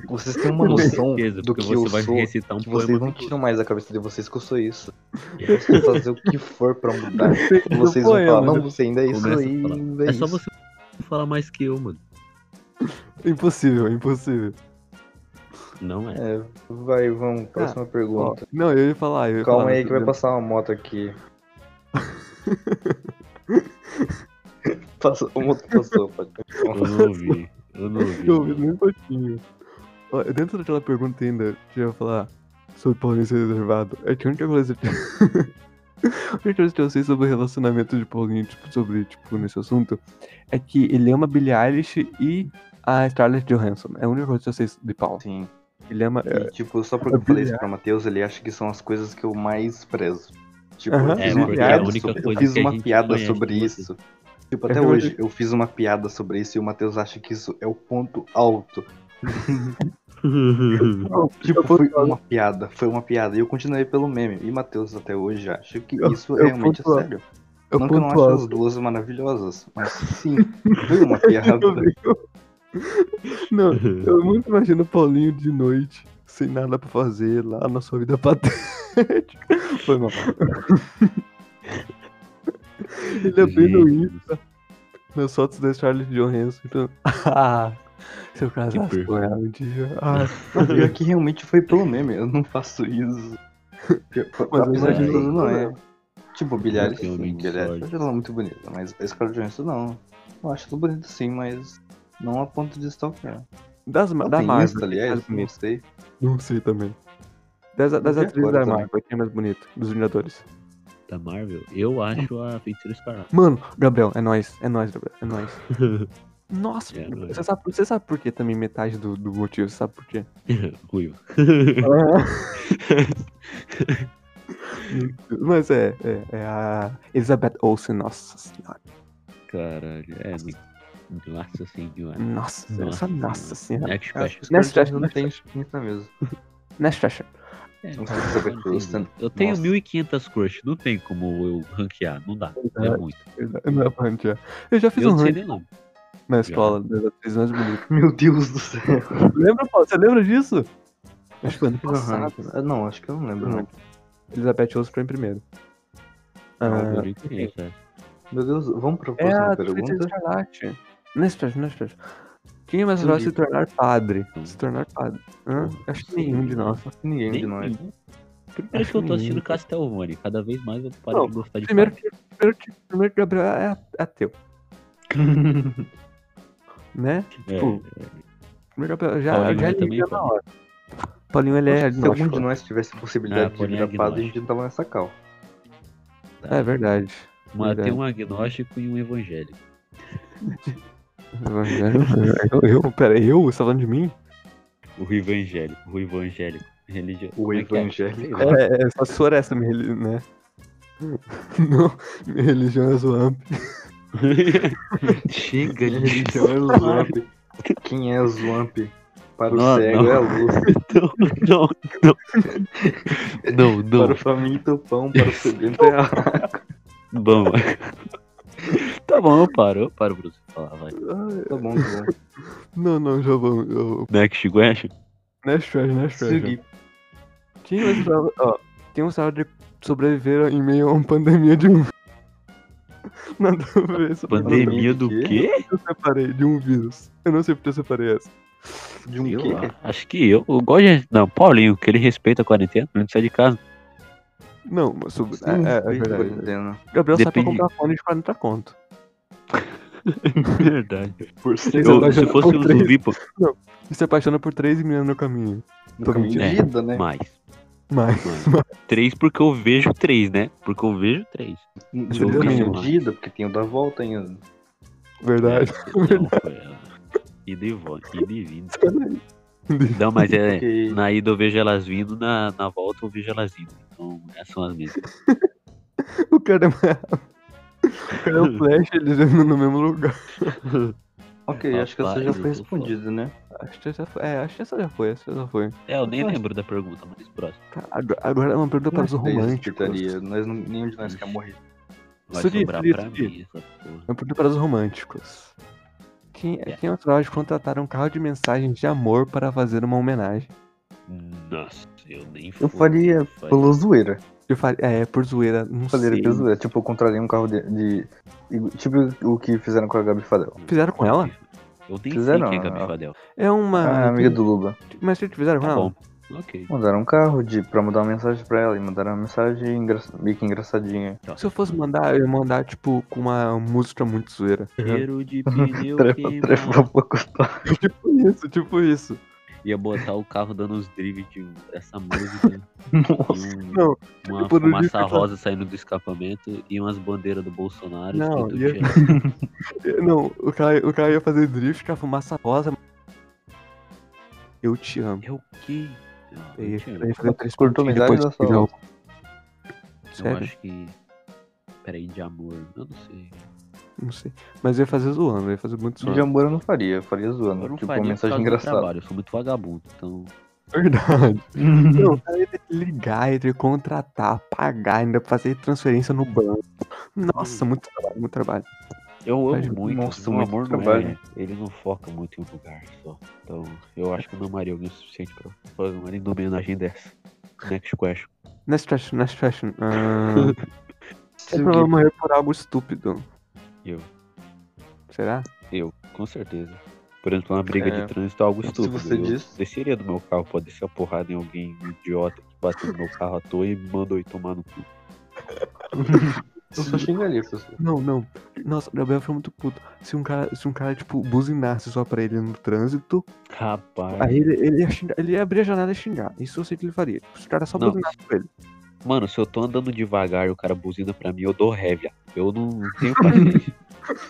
S1: Vocês têm uma
S3: Com
S1: noção
S3: certeza,
S1: do
S3: porque
S1: que eu
S3: você vai
S1: sou.
S3: recitar um
S1: que vocês
S3: poema.
S1: não tiram mais da cabeça de vocês que eu sou isso. Eu posso fazer o que for pra mudar.
S2: repete.
S1: Vocês vão
S2: né?
S1: falar, não, você ainda é isso
S3: Começa a
S1: aí,
S3: falar.
S1: ainda é,
S3: É
S1: isso.
S3: só você falar mais que eu, mano.
S2: Impossível, impossível.
S3: Não é.
S1: É, vai, vamos, próxima
S2: Ó,
S1: pergunta.
S2: não, eu ia falar. Eu ia
S1: Calma
S2: falar,
S1: aí que vai
S2: eu-
S1: passar uma moto aqui. passou, a moto passou, pode
S3: Eu
S1: continuar.
S3: não ouvi. Eu não ouvi.
S2: Eu ouvi
S3: mano.
S2: nem um pouquinho. Ó, Dentro daquela pergunta ainda, que eu ia falar sobre Paulista reservado, é que a única coisa que... a única coisa que eu sei sobre o relacionamento de Paulinho, tipo, sobre, tipo, nesse assunto, é que ele ama Billie Eilish e a Scarlett Johansson. É a única coisa que eu sei de Paulo.
S1: Sim.
S2: Ele ama...
S1: E, tipo, só porque
S2: É
S1: eu falei isso pra Matheus, ele acha que são as coisas que eu mais prezo. Tipo,
S2: Aham.
S1: eu
S2: É,
S1: fiz uma
S2: porque é a
S1: piada,
S3: única
S1: sobre, eu
S3: coisa
S1: fiz
S3: que a
S1: uma
S3: gente
S1: piada
S3: conhece
S1: sobre
S3: de você.
S1: isso. Tipo,
S2: É
S1: até
S2: verdade.
S1: hoje eu fiz uma piada sobre isso e o Matheus acha que isso é o ponto alto. Tipo, foi uma piada, foi uma piada. E eu continuei pelo meme. E Matheus até hoje acha que
S2: Eu-
S1: isso
S2: eu
S1: realmente é
S2: pontuo-
S1: sério.
S2: eu
S1: não que eu não acho
S2: pontuo-
S1: as duas maravilhosas, mas sim, foi uma piada.
S2: Não, eu muito imagino o Paulinho de noite, sem nada pra fazer, lá na sua vida patética. Foi mal. Ele é abrindo isso nas fotos da Charles Johansson. Então... Ah, se eu casasse
S3: perfeito.
S2: com ela um dia. Ah,
S1: Mas pior que realmente foi pelo meme, eu não faço isso. Pior-
S2: Mas
S1: Apesar
S3: eu
S1: disso,
S2: imagino-
S1: não é. Tipo, Bilhares,
S3: Eu tenho
S1: sim,
S3: muito sorte.
S1: Bilhares ela é muito bonita, mas a escola de Johansson não. Eu acho ela bonita sim, mas não a ponto de stalkear.
S2: das,
S1: Ela
S2: da
S1: tem
S2: Marvel.
S1: Insta,
S2: mais
S1: aliás, não
S2: bonito.
S1: sei.
S2: Não sei também. Das, das
S1: vi
S2: atrizes
S1: agora
S2: da
S1: também.
S2: Marvel, quem é mais bonito? Dos Vingadores.
S3: Da Marvel, eu acho a Feiticeira Escarlate.
S2: Mano, Gabriel, é nóis, é nóis, Gabriel, é nóis. Nossa,
S3: É nóis.
S2: você, sabe, você sabe por que também metade do, do motivo, você sabe por quê?
S3: Ruivo.
S2: Mas é, é, é a Elizabeth Olsen, nossa senhora.
S3: Caralho, é. não- Nossa senhora.
S2: Nossa senhora,
S3: Nossa
S2: só nossa senhora.
S3: Next
S1: Acho que
S3: question.
S1: a escola de
S2: Nessa-
S1: Johansson não tem Insta mesmo.
S2: Nessa faixa.
S3: É,
S1: Não
S3: não
S1: sei se você vai
S3: tem
S1: gostar.
S3: muito. Eu tenho
S1: Nossa.
S3: 1500 crush, não tem como eu ranquear, não dá. É muito.
S2: Não é pra ranquear. Eu já fiz
S3: Eu
S2: um
S3: não sei
S2: ranking
S3: nem nome.
S2: na escola das atrizes mais bonitas.
S1: Meu Deus do céu.
S2: Lembra, Paulo? Você lembra disso? Acho que foi ano passado.
S1: Aham. Não, acho que eu não lembro. Não.
S2: Elizabeth Olsen foi em primeiro.
S3: Eu
S2: Ah,
S3: nem conheço essa.
S1: Meu Deus, vamos pra
S2: é
S1: próxima
S2: a Feiticeira
S1: pergunta?
S2: Escarlate. Nessa faixa, nessa faixa. é Quem é mais
S1: Eu
S2: vai se
S1: li.
S2: tornar padre? Se tornar padre. Hã? Acho que nenhum de nós.
S1: Ninguém é de
S3: Nem-
S1: nós.
S3: Primeiro que eu tô assistindo Castlevania, cada vez mais eu paro de gostar de
S2: Primeiro que, primeiro que, primeiro que Gabriel é a- ateu, né?
S3: É,
S2: Tipo, primeiro Gabriel já,
S3: Paulinho
S2: já
S3: é também,
S2: liga na
S3: Paulinho.
S2: hora. Paulinho, ele é
S1: Acho que
S3: tá
S1: se algum de
S2: agnóstico.
S1: nós tivesse possibilidade
S3: Ah,
S1: de
S3: porém
S1: virar padre, a
S3: agnóstico.
S1: gente não tava nessa cal.
S2: É verdade.
S3: uma- tem
S2: verdade.
S3: um agnóstico e um evangélico.
S2: Eu, eu, eu- pera, eu? Você tá falando de mim?
S3: O evangélico, o evangélico. Religio...
S1: O
S3: como é que é?
S1: evangélico.
S3: Sei lá.
S2: É, é só se for essa minha religião, né? Não, minha religião é Zwamp.
S1: Chega de religião é Zwamp. Quem é Zwamp? Para o
S3: Não,
S1: cego
S3: não.
S1: é a luz.
S3: Então, não, não. Não,
S1: Para
S3: não.
S1: o faminto o pão, para o sedento é a
S3: Bom. tá bom, eu paro, eu paro pra você falar, vai.
S1: Tá bom, tá bom.
S2: Não, não, já vamos. eu-
S3: Next question?
S2: Nash Trash, Nash Trash.
S1: Segui.
S2: Quem mais gostava- ó, um quem gostava de sobreviver em meio a uma pandemia de um. Nada a ver, só pra-
S3: Pandemia do
S1: do
S3: quê?
S2: eu separei de um vírus. Eu não sei porque eu separei essa.
S1: De um
S3: Eu
S1: quê?
S3: acho que eu. eu gosto de... Não, Paulinho, que ele respeita a quarentena, não sai de casa.
S2: Não, mas sobre.
S1: Sim,
S2: É, é, é
S1: respeito à
S2: verdade.
S1: quarentena.
S2: Gabriel sabe pra
S3: Depende.
S2: comprar fone de 40 conto.
S3: Verdade.
S1: Por ser
S2: Eu-
S3: se fosse um
S2: três.
S3: zumbi, pô.
S2: E se apaixona por três meninas no caminho.
S1: no caminho de
S3: mentindo.
S1: vida, né?
S3: Mais.
S2: Mas.
S3: mais. três porque eu vejo três, né? Porque eu vejo três.
S1: No
S2: Seria
S1: no caminho
S3: mínimo.
S1: de vida, porque tem o da volta ainda.
S2: Verdade.
S3: É, não, foi ela. Ida é, e volta, ida e vinda. Não, mas é.
S1: Porque
S3: Na ida eu vejo elas vindo, na, na volta eu vejo elas indo. Então, essas são as mesmas.
S2: o cara é mais. É o Flash, eles andam no mesmo lugar.
S1: Ok, acho que essa
S3: Rapaz,
S1: já
S3: eu um
S1: foi
S3: vou
S1: respondida, né?
S2: Acho que essa foi. É, acho que essa já foi, essa já foi.
S3: É, eu nem lembro da pergunta, mas próximo.
S2: Cara, agora- Agora é uma pergunta para os
S1: Isso daí é
S2: românticos.
S1: putaria,
S3: assim.
S1: Nós não, nenhum de nós quer morrer.
S3: Vai
S2: Sugi,
S3: sobrar
S2: Sugi,
S3: pra
S2: Sugi.
S3: mim essa porra.
S2: Uma pergunta é para os românticos. Quem,
S3: É.
S2: quem é o trabalho de contratar um carro de mensagens de amor para fazer uma homenagem?
S3: Nossa, eu nem
S1: Eu
S3: fudendo
S1: faria
S3: faria.
S1: Pelo zoeira.
S2: Eu falei, é, por zoeira, não
S1: Fazer
S2: sei.
S1: pelo zoeira. Tipo, eu contraria um carro de, de- de- Tipo o que fizeram com a Gabi Fadel.
S2: Fizeram com ela?
S3: Eu nem
S1: Fizeram,
S3: sei quem é Gabi
S1: ó.
S3: Fadel.
S2: É uma.
S1: Ah, amiga do Luba.
S2: Mas se fizeram com
S3: Tá
S2: ela?
S3: bom. Ok.
S1: Mandaram um carro de, pra mandar uma mensagem pra ela. E mandaram uma mensagem engra... meio que engraçadinha.
S2: Se eu fosse mandar, eu ia mandar, tipo, com uma música muito zoeira.
S3: Cheiro de
S2: Uhum.
S3: pneu
S1: Trepa, trepa,
S3: queimado.
S1: pouco tá.
S2: tipo isso, tipo isso.
S3: Ia botar o carro dando uns drives de essa música.
S1: Nossa.
S3: e um-
S2: Não,
S3: uma
S2: Por um
S3: fumaça
S2: dia que eu-
S3: rosa saindo do escapamento e umas bandeiras do Bolsonaro.
S2: Não,
S3: escrito
S2: ia-
S3: Tchê.
S2: não, o cara, o cara ia fazer drift com a fumaça rosa. Eu te amo.
S3: É o quê? Não,
S2: Eu ia-
S3: eu te amo.
S2: eu ia fazer três
S1: Curtou
S2: pontinhos
S1: metade
S2: depois
S1: da
S2: que fizer
S1: sua-
S2: o-
S3: Eu
S2: Sério,
S3: acho que. Peraí, de amor. Eu não sei.
S2: não sei. Mas eu ia fazer zoando, eu ia fazer muito
S1: De
S2: zoando.
S1: amor eu não faria. Eu faria zoando.
S3: Eu não
S1: tipo,
S3: faria
S1: uma
S3: por
S1: mensagem
S3: causa do
S1: engraçada.
S3: trabalho, Eu sou muito vagabundo, então.
S2: Verdade.
S3: Hum.
S2: Não, o cara ia ter que ligar, ia ter que contratar, pagar, ainda fazer transferência no banco.
S3: Hum.
S2: Nossa, muito trabalho, muito trabalho.
S3: Eu amo
S2: Mas,
S3: muito.
S1: nossa,
S3: meu
S1: muito
S3: amor não
S1: trabalho.
S3: é- Ele não foca muito em um lugar só. Então, eu acho que eu não amaria alguém o suficiente pra fazer uma linda homenagem dessa. Next question.
S2: Nest fashion, nest fashion. Ah, eu vou morrer por algo estúpido.
S3: Eu.
S2: Será?
S3: Eu, com certeza. Por exemplo, uma briga
S1: É.
S3: de trânsito é algo
S1: Se
S3: estúpido.
S1: você
S3: eu
S1: diz-
S3: desceria do meu carro, pode descer a porrada em alguém idiota que bateu no meu carro à toa e me mandou ir tomar no cu.
S1: Eu só xingaria, pessoal.
S2: Não, não. Nossa, o Gabriel foi muito puto. Se um cara, se um cara tipo, buzinasse só pra ele no trânsito,
S3: Rapaz.
S2: aí ele, ele, ia xingar- ele ia abrir a janela e xingar. Isso eu sei que ele faria. Se o cara só
S3: Não.
S2: buzinasse pra ele.
S3: Mano, se eu tô andando devagar e o cara buzina pra mim, eu dou ré, viado. Eu não tenho paciência.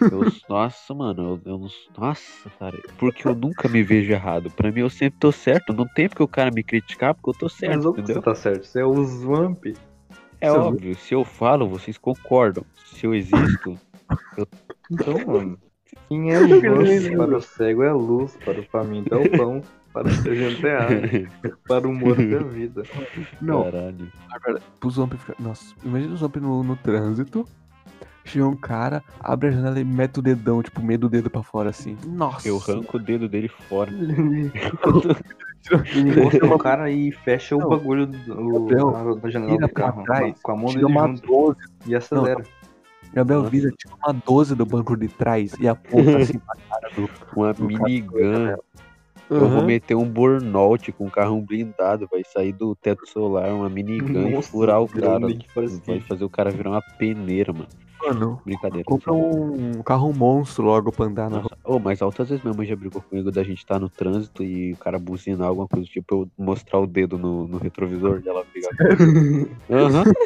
S3: Eu- nossa, mano, eu, eu não. Nossa, cara. Porque eu nunca me vejo errado. Pra mim, eu sempre tô certo. Não tem porque o cara me criticar, porque eu tô certo,
S1: Mas óbvio que você
S3: É,
S1: tá
S3: entendeu?
S1: certo. Você é o Zwamp.
S3: É
S2: Você-
S3: óbvio. Se eu falo, vocês concordam. Se eu existo,
S1: Então, mano. Quem é o Zwamp? Para o cego é a luz. Para o faminto é o pão. Para o sargento é a água. Para o morto é a vida.
S2: Não,
S3: caralho.
S2: agora, pro Zomp ficar. Nossa, imagina o Zomp no, no trânsito. Chega um cara, abre a janela e mete o dedão, tipo, meio do dedo pra fora assim. Nossa.
S3: Eu arranco o dedo dele fora.
S1: Ele encosta no um cara e fecha
S2: Não.
S1: o bagulho do,
S2: Gabriel,
S1: na, na janela
S2: Vira
S1: do
S2: pra
S1: carro.
S2: trás,
S1: com a mão dele
S2: tira uma
S1: junto
S2: 12.
S1: e acelera.
S2: Gabriel
S3: Nossa. Uhum.
S2: vira, tira uma 12 do banco de trás e aponta assim pra cara do.
S3: Uma
S2: do cara.
S3: minigun. Eu
S2: Uhum.
S3: vou meter um burnout com um carro blindado. Vai sair do teto solar, uma minigun e furar o
S1: virou
S3: cara.
S1: meio que faz
S3: Vai
S1: isso.
S3: fazer o cara virar uma peneira, mano.
S2: Mano,
S3: Brincadeira.
S2: Compra um carro monstro logo pra andar na rua.
S3: Nossa, ô, mas altas vezes minha mãe já brigou comigo da gente tá no trânsito e o cara buzinar alguma coisa, tipo eu mostrar o dedo no, no retrovisor e ela brigar. Aham.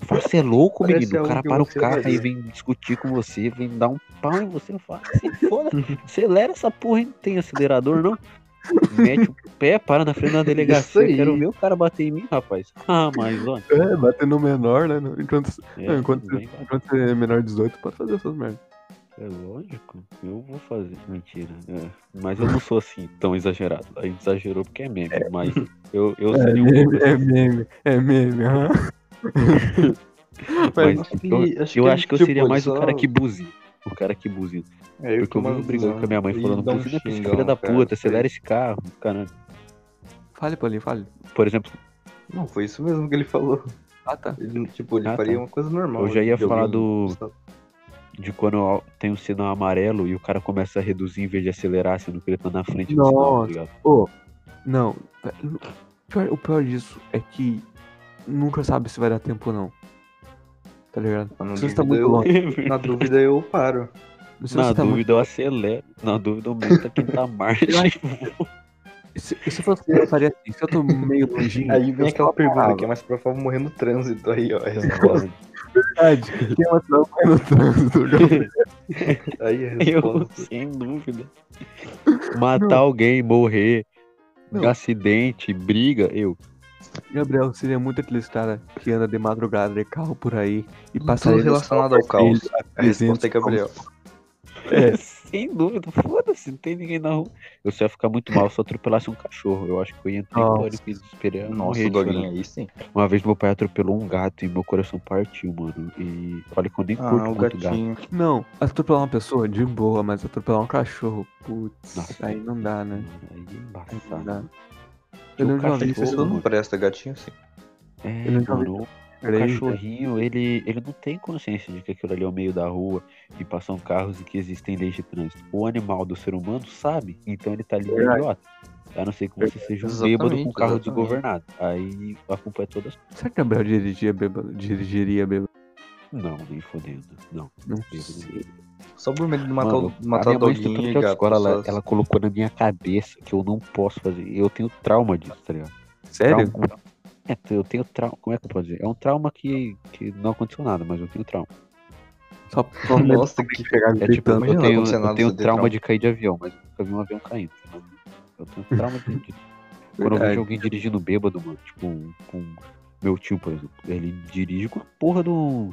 S3: Fala, Você é louco,
S1: Parece
S3: menino?
S1: algo
S3: O cara
S1: que
S3: para o
S1: você
S3: carro
S1: faria.
S3: e vem discutir com você, vem dar um pau em você. Eu falo, se foda, acelera essa porra, hein? Tem acelerador, não? Mete o pé, para na frente da delegacia.
S1: aí.
S3: Quero ver o cara bater em mim, rapaz. Ah, mas olha.
S2: É, bater no menor, né? no- Enquanto,
S3: é,
S2: não, enquanto,
S3: tudo bem,
S2: enquanto você é menor de 18, pode fazer essas merdas.
S3: É lógico, eu vou fazer. Mentira. é. Mas eu não sou assim tão exagerado. A gente exagerou porque é meme, mas eu, eu
S2: É
S3: seria um pouco
S2: meme, é
S3: assim.
S2: meme, é meme. aham.
S3: Mas
S2: Mas,
S3: eu, eu acho que eu
S1: um tipo,
S3: seria mais
S1: só-
S3: o cara que buzina. O cara que buzina.
S1: É, eu
S3: Porque eu
S1: tô
S3: vivo
S1: mais
S3: brigando com a minha mãe
S1: e
S3: falando,
S1: dá um
S3: buzina pra esse
S1: xingão,
S3: filho da
S1: cara,
S3: puta,
S1: isso aí.
S3: acelera esse carro. Cara,
S2: fale, Paulinho, fale.
S3: por exemplo,
S1: Não, foi isso mesmo que ele falou.
S2: Ah, tá.
S1: Ele, tipo, ele
S3: Ah, tá.
S1: faria uma coisa normal.
S3: Eu já ia
S1: de alguém tá
S3: falar do-
S1: gostar.
S3: de quando tem um sinal amarelo e o cara começa a reduzir em vez de acelerar, sendo que ele tá na frente do sinal, tá
S2: Nossa.
S3: ligado?
S2: Não, o pior, o pior disso é que nunca sabe se vai dar tempo ou não. Tá ligado?
S1: Eu não
S2: Se você tá
S1: duvido,
S2: muito
S1: eu-
S2: longe.
S1: Na dúvida eu paro.
S2: Se
S3: Na
S2: você tá muito...
S3: dúvida eu acelero, na dúvida aumenta a quinta marcha.
S2: Se, se você eu faria assim, se eu tô meio longinho.
S1: Aí vem
S2: eu
S1: aquela
S2: só
S1: pergunta
S2: parava.
S1: que é mais provável morrer no trânsito aí, ó. a resposta.
S3: Mano,
S2: Verdade, quem é o trampo é no trânsito, cara.
S1: Aí a
S3: Eu,
S1: resposta.
S3: sem dúvida. Matar alguém, morrer,
S2: Não.
S3: acidente, briga, eu.
S2: Gabriel, seria muito aquele cara que anda de madrugada de carro por aí e passa
S1: Tudo relacionado ao caos. A resposta é Gabriel.
S2: É.
S3: Sem dúvida, foda-se, não tem ninguém na rua. Eu só ia ficar muito mal se eu atropelasse um cachorro. Eu acho que eu ia entrar em
S2: Nossa.
S3: pânico e desespero. Eu
S1: Nossa,
S3: morrer
S1: o
S3: de
S1: doguinho
S3: chorar.
S1: aí sim.
S3: Uma vez meu pai atropelou um gato e meu coração partiu, mano. E olha que eu nem curto
S1: Ah, o
S3: muito gato.
S1: gatinho.
S2: Não, atropelar uma pessoa de boa, mas atropelar um cachorro, putz,
S3: Nossa.
S2: aí não dá, né?
S3: Aí é
S2: Não
S3: embaçado.
S2: dá. Eu lembro de uma
S3: cachorro-
S1: As
S2: vez que
S1: pessoas não presta gatinho sim.
S3: É,
S2: Eu não
S3: mano,
S2: duvido.
S3: O
S2: eu
S3: cachorrinho, ele, ele não tem consciência de que aquilo ali é o meio da rua e passam carros e que existem leis de trânsito. O animal do ser humano sabe, então ele tá ali
S2: Verdade.
S3: idiota. A não ser que você seja um
S1: Exatamente,
S3: bêbado com um carro
S1: exatamente.
S3: desgovernado. Aí a culpa é toda sua.
S2: Será que Gabriel dirigia bêbado? Dirigiria bêbado?
S3: Não, nem fodendo. Não,
S2: Não
S3: bêbado.
S2: sei.
S1: Só por medo de matar,
S3: Mano,
S1: o- matar
S3: a minha mãe estudou
S1: doguinho e
S3: na
S1: gato.
S3: é escola, ela,
S1: só-
S3: ela colocou na minha cabeça que eu não posso fazer. Eu tenho trauma disso, tá ligado?
S2: Sério?
S3: Trauma- É, eu tenho trauma. Como é que eu posso dizer? É um trauma que, que não aconteceu nada, mas eu tenho trauma.
S2: Só pra
S1: Nossa, que
S2: pegar
S3: É tipo,
S2: gritando.
S1: imagina
S3: eu tenho,
S1: acontecer
S3: eu
S1: nada,
S3: tenho
S1: você ter
S3: trauma
S1: trauma.
S3: de cair de avião, mas eu nunca vi um avião caindo. sabe? Eu tenho um trauma de. de- Quando eu
S2: Verdade.
S3: vejo alguém dirigindo bêbado, mano, tipo, um- com meu tio, por exemplo, ele dirige com a porra do,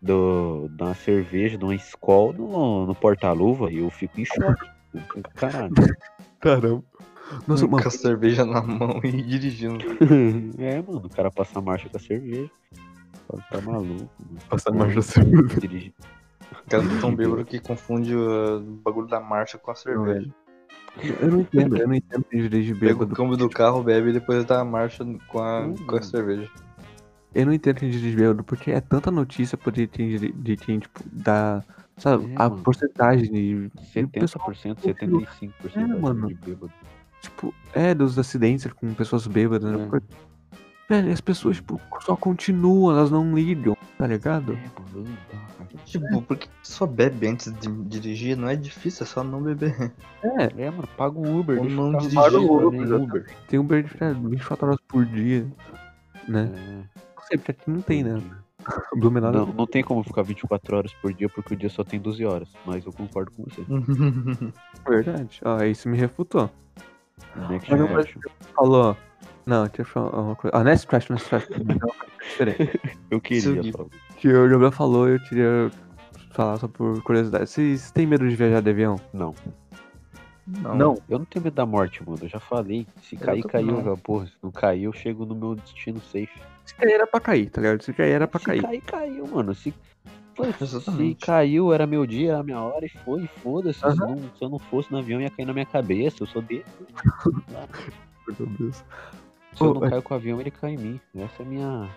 S3: do, de uma cerveja, de uma escola no, no porta-luva e eu fico em choque. Eu fico, Caralho.
S2: Caramba. Nossa,
S1: com
S2: mano,
S1: a cerveja na mão e dirigindo.
S3: é, mano, o cara passa a marcha com a cerveja. Fala, Tá maluco, mano.
S2: passa a marcha segura.
S3: Dirige-
S1: O cara tá tão bêbado que confunde uh, o bagulho da marcha com a cerveja.
S2: Eu não entendo, eu não entendo quem dirige
S1: Pega o
S2: bêbado.
S1: câmbio do
S3: tipo
S1: carro, bebe e depois dá a marcha com a,
S3: Hum.
S1: com a cerveja.
S2: Eu não entendo quem dirige bêbado, porque é tanta notícia por de quem, diri- de quem tipo, dá. Sabe,
S3: É,
S2: a
S3: mano.
S2: porcentagem de. e o
S3: 70%, 75%
S2: É,
S3: da
S2: mano.
S3: de bêbado.
S2: Tipo, é dos acidentes com pessoas bêbadas, né?
S3: É.
S2: Porque, velho, as pessoas, tipo, só continuam, elas não ligam, tá ligado?
S3: É, mano, não dá, cara.
S1: Tipo, porque só bebe antes de dirigir, não é difícil, é só não beber.
S3: É, mano, paga um Uber.
S1: Ou
S3: deixa
S1: não
S3: o cara-
S1: dirigir
S3: paga um
S1: também,
S3: Uber. Uber.
S2: Tem um Uber de é, 24 horas por dia, né? Não sei, porque aqui não tem, né? Blumenau
S3: Não, não tem como ficar 24 horas por dia, porque o dia só tem 12 horas. Mas eu concordo com você.
S2: é verdade. Ó, aí você me refutou.
S3: Next
S2: Mas eu
S3: action.
S2: Falou. Não, deixa eu falar uma coisa. Ah, Nest Crash, Nest Crash. Diferente.
S3: Eu
S1: Sugi.
S3: queria falar.
S2: que o Gabriel falou, eu queria falar só por curiosidade. Vocês têm medo de viajar de avião?
S3: Não.
S1: Não.
S3: Eu não tenho medo da morte, mano. Eu já falei. Se cair,
S1: tô-
S3: caiu.
S1: não.
S3: Já, porra, se não cair, eu chego no meu destino safe.
S2: Se cair era pra cair, tá ligado? Se cair era pra
S3: se
S2: cair.
S3: cair, caiu, mano. Se, Pô, se
S1: Exatamente.
S3: caiu, era meu dia, era a minha hora e foi. e Foda-se. Se,
S2: Aham.
S3: não- se eu não fosse no avião, ia cair na minha cabeça. Eu sou dele.
S2: Meu Deus.
S3: Se eu
S2: Ô,
S3: não
S2: é-
S3: caio com o avião, ele cai em mim. Essa é a minha.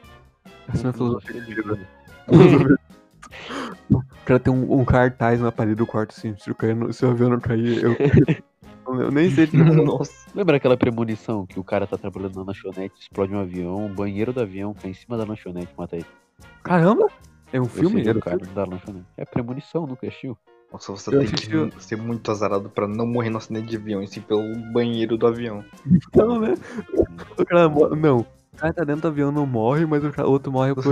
S2: Essa é a minha filosofia de vida.
S3: vida.
S2: Pra ter um, um cartaz na parede do quarto, assim, se, eu cair no- se o avião não cair, eu. eu nem sei se
S1: Nossa.
S3: Lembra aquela premonição que o cara tá trabalhando na lanchonete, explode um avião, o banheiro do avião cai em cima da lanchonete, mata ele.
S2: Caramba! É um filme?
S3: Esse é
S2: Era
S3: o
S2: um
S3: cara
S2: filme?
S3: da lanchonete. É premonição, nunca assistiu?
S1: Nossa, você
S2: Eu
S1: tem
S2: assisti
S1: que ser muito azarado pra não morrer no acidente de avião, e sim pelo banheiro do avião.
S2: Não, né? O cara mo- Não. O cara tá dentro do avião, não morre, mas o cara- outro morre por.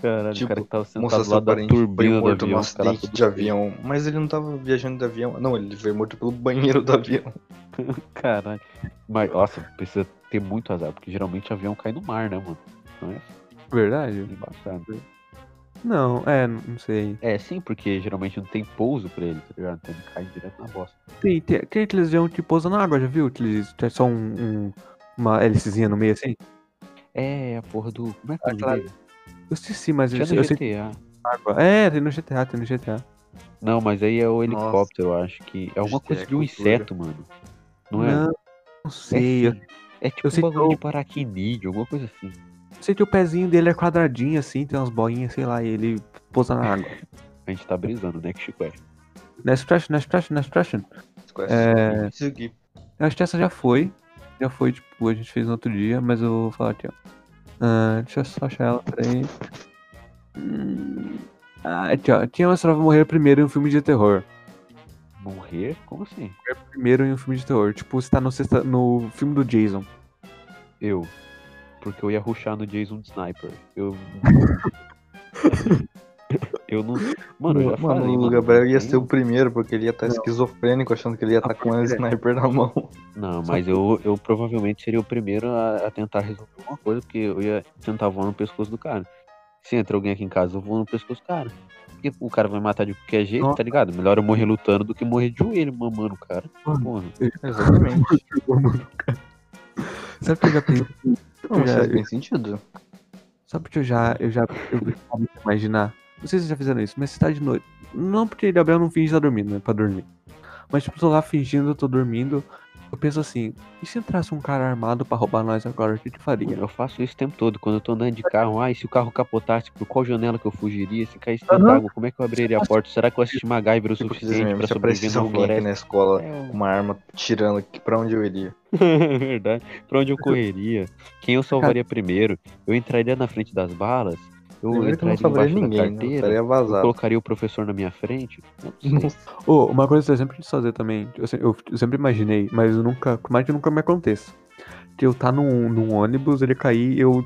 S3: Caralho, o
S1: Tipo,
S3: cara que tava sentado
S1: Mostrar
S3: lá
S1: seu
S3: tá da
S1: parente foi
S3: turbina do
S1: um morto num
S3: avião, o cara
S1: acidente
S3: todo
S1: de avião, mas ele não tava viajando de avião. Não, ele foi morto pelo banheiro do avião.
S3: feio. Caralho. Mas, nossa, precisa ter muito azar, porque geralmente avião cai no mar, né, mano? Então é
S2: Verdade?
S3: embaçado.
S2: Não, é, não sei.
S3: É, sim, porque geralmente não tem pouso pra ele, tá ligado? Então ele cai direto na bosta.
S2: Tem, tem, tem aqueles aviões que pousam na água, já viu? Aqueles, que é só um, um- uma hélicezinha no meio assim?
S3: É, a porra do. Como é que é o nome
S2: Aquela-
S3: dele?
S2: Eu esqueci, mas eu,
S3: Tinha
S2: sei- eu
S3: no
S2: sei que
S3: GTA.
S2: é água. É, tem no GTA, tem no GTA.
S3: Não, mas aí é o
S1: Nossa.
S3: helicóptero, eu acho que. É alguma
S1: Isso é
S3: coisa de um
S1: cultura.
S3: inseto, mano. Não é?
S2: Não, não sei.
S3: É,
S2: Eu,
S3: sim. É tipo
S2: eu sei
S3: um
S2: que
S3: bagulho
S2: eu-
S3: de paraquinídeo, alguma coisa assim.
S2: sei que o pezinho dele é quadradinho assim, tem umas bolinhas, sei lá, e ele pousa na água.
S3: A gente tá brisando, né, que Chico é?
S2: Nest Crash, Nest Crash, Nest Crash.
S1: Você conhece
S2: É.
S1: isso aqui?
S2: Eu acho que essa já foi. Já foi, tipo, a gente fez no outro dia, mas eu vou falar aqui, ó. Ah, deixa eu só achar ela, peraí. Hum, Ah, aqui, ó. Tinha uma Strava morrer primeiro em um filme de terror.
S3: Morrer? Como assim?
S2: Primeiro em um filme de terror. Tipo, você tá no, sexta, no filme do Jason.
S3: Eu. Porque eu ia ruxar no Jason Sniper. Eu. Eu não. Mano, eu já
S1: Mano,
S3: falei.
S1: o
S3: mano,
S1: Gabriel
S3: não
S1: ia
S3: tem- Ah,
S1: ser o primeiro, porque ele ia estar
S2: Não.
S1: esquizofrênico, achando que ele ia estar com um sniper na mão.
S3: Não, mas eu, eu provavelmente seria o primeiro a, a tentar resolver alguma coisa, porque eu ia tentar voar no pescoço do cara. Se entra alguém aqui em casa, eu vou no pescoço do cara. Porque o cara vai matar de qualquer jeito,
S2: Nossa.
S3: tá ligado? Melhor eu morrer lutando do que morrer de joelho mamando o cara.
S2: Mano.
S3: Porra.
S1: Exatamente.
S2: Sabe que eu já pensei?
S1: Não, mas
S2: Já-
S1: faz bem sentido.
S2: Sabe que eu já. Eu já. Eu brincava de imaginar. Não sei se vocês já fizeram isso, mas se tá de noite. Não porque Gabriel não finge estar dormindo, né? Pra dormir. Mas, tipo, tô lá fingindo, eu tô dormindo. Eu penso assim, e se entrasse um cara armado pra roubar nós agora, o que que faria?
S3: Eu faço isso o tempo todo. Quando eu tô andando de carro, ai, se o carro capotasse, por qual janela que eu fugiria? Se caísse dentro
S2: Aham.
S3: d'água, como é que eu abriria a porta? Será que eu assisti MacGyver o
S1: Tipo, vocês
S3: suficiente
S1: mesmo,
S3: pra
S1: se aparecesse
S3: sobreviver na
S1: alguém aqui
S2: né?
S3: floresta?
S1: na escola
S3: É, eu-
S1: com uma arma tirando aqui, pra onde eu iria?
S3: É verdade. Pra onde eu correria? Quem eu salvaria primeiro? Eu entraria na frente das balas? Eu
S1: Primeiro que eu
S3: entraria
S1: não salvaria
S3: embaixo da
S1: ninguém, né? Eu
S3: carteira?
S1: estaria
S3: Eu
S1: vazado.
S3: colocaria o professor na minha frente? Eu Não sei.
S1: Nossa,
S2: Ô, uma coisa que eu sempre quis fazer também, eu, se- eu sempre imaginei, mas eu nunca, por mais que nunca me aconteça. Que eu tá num, num ônibus, ele cair e eu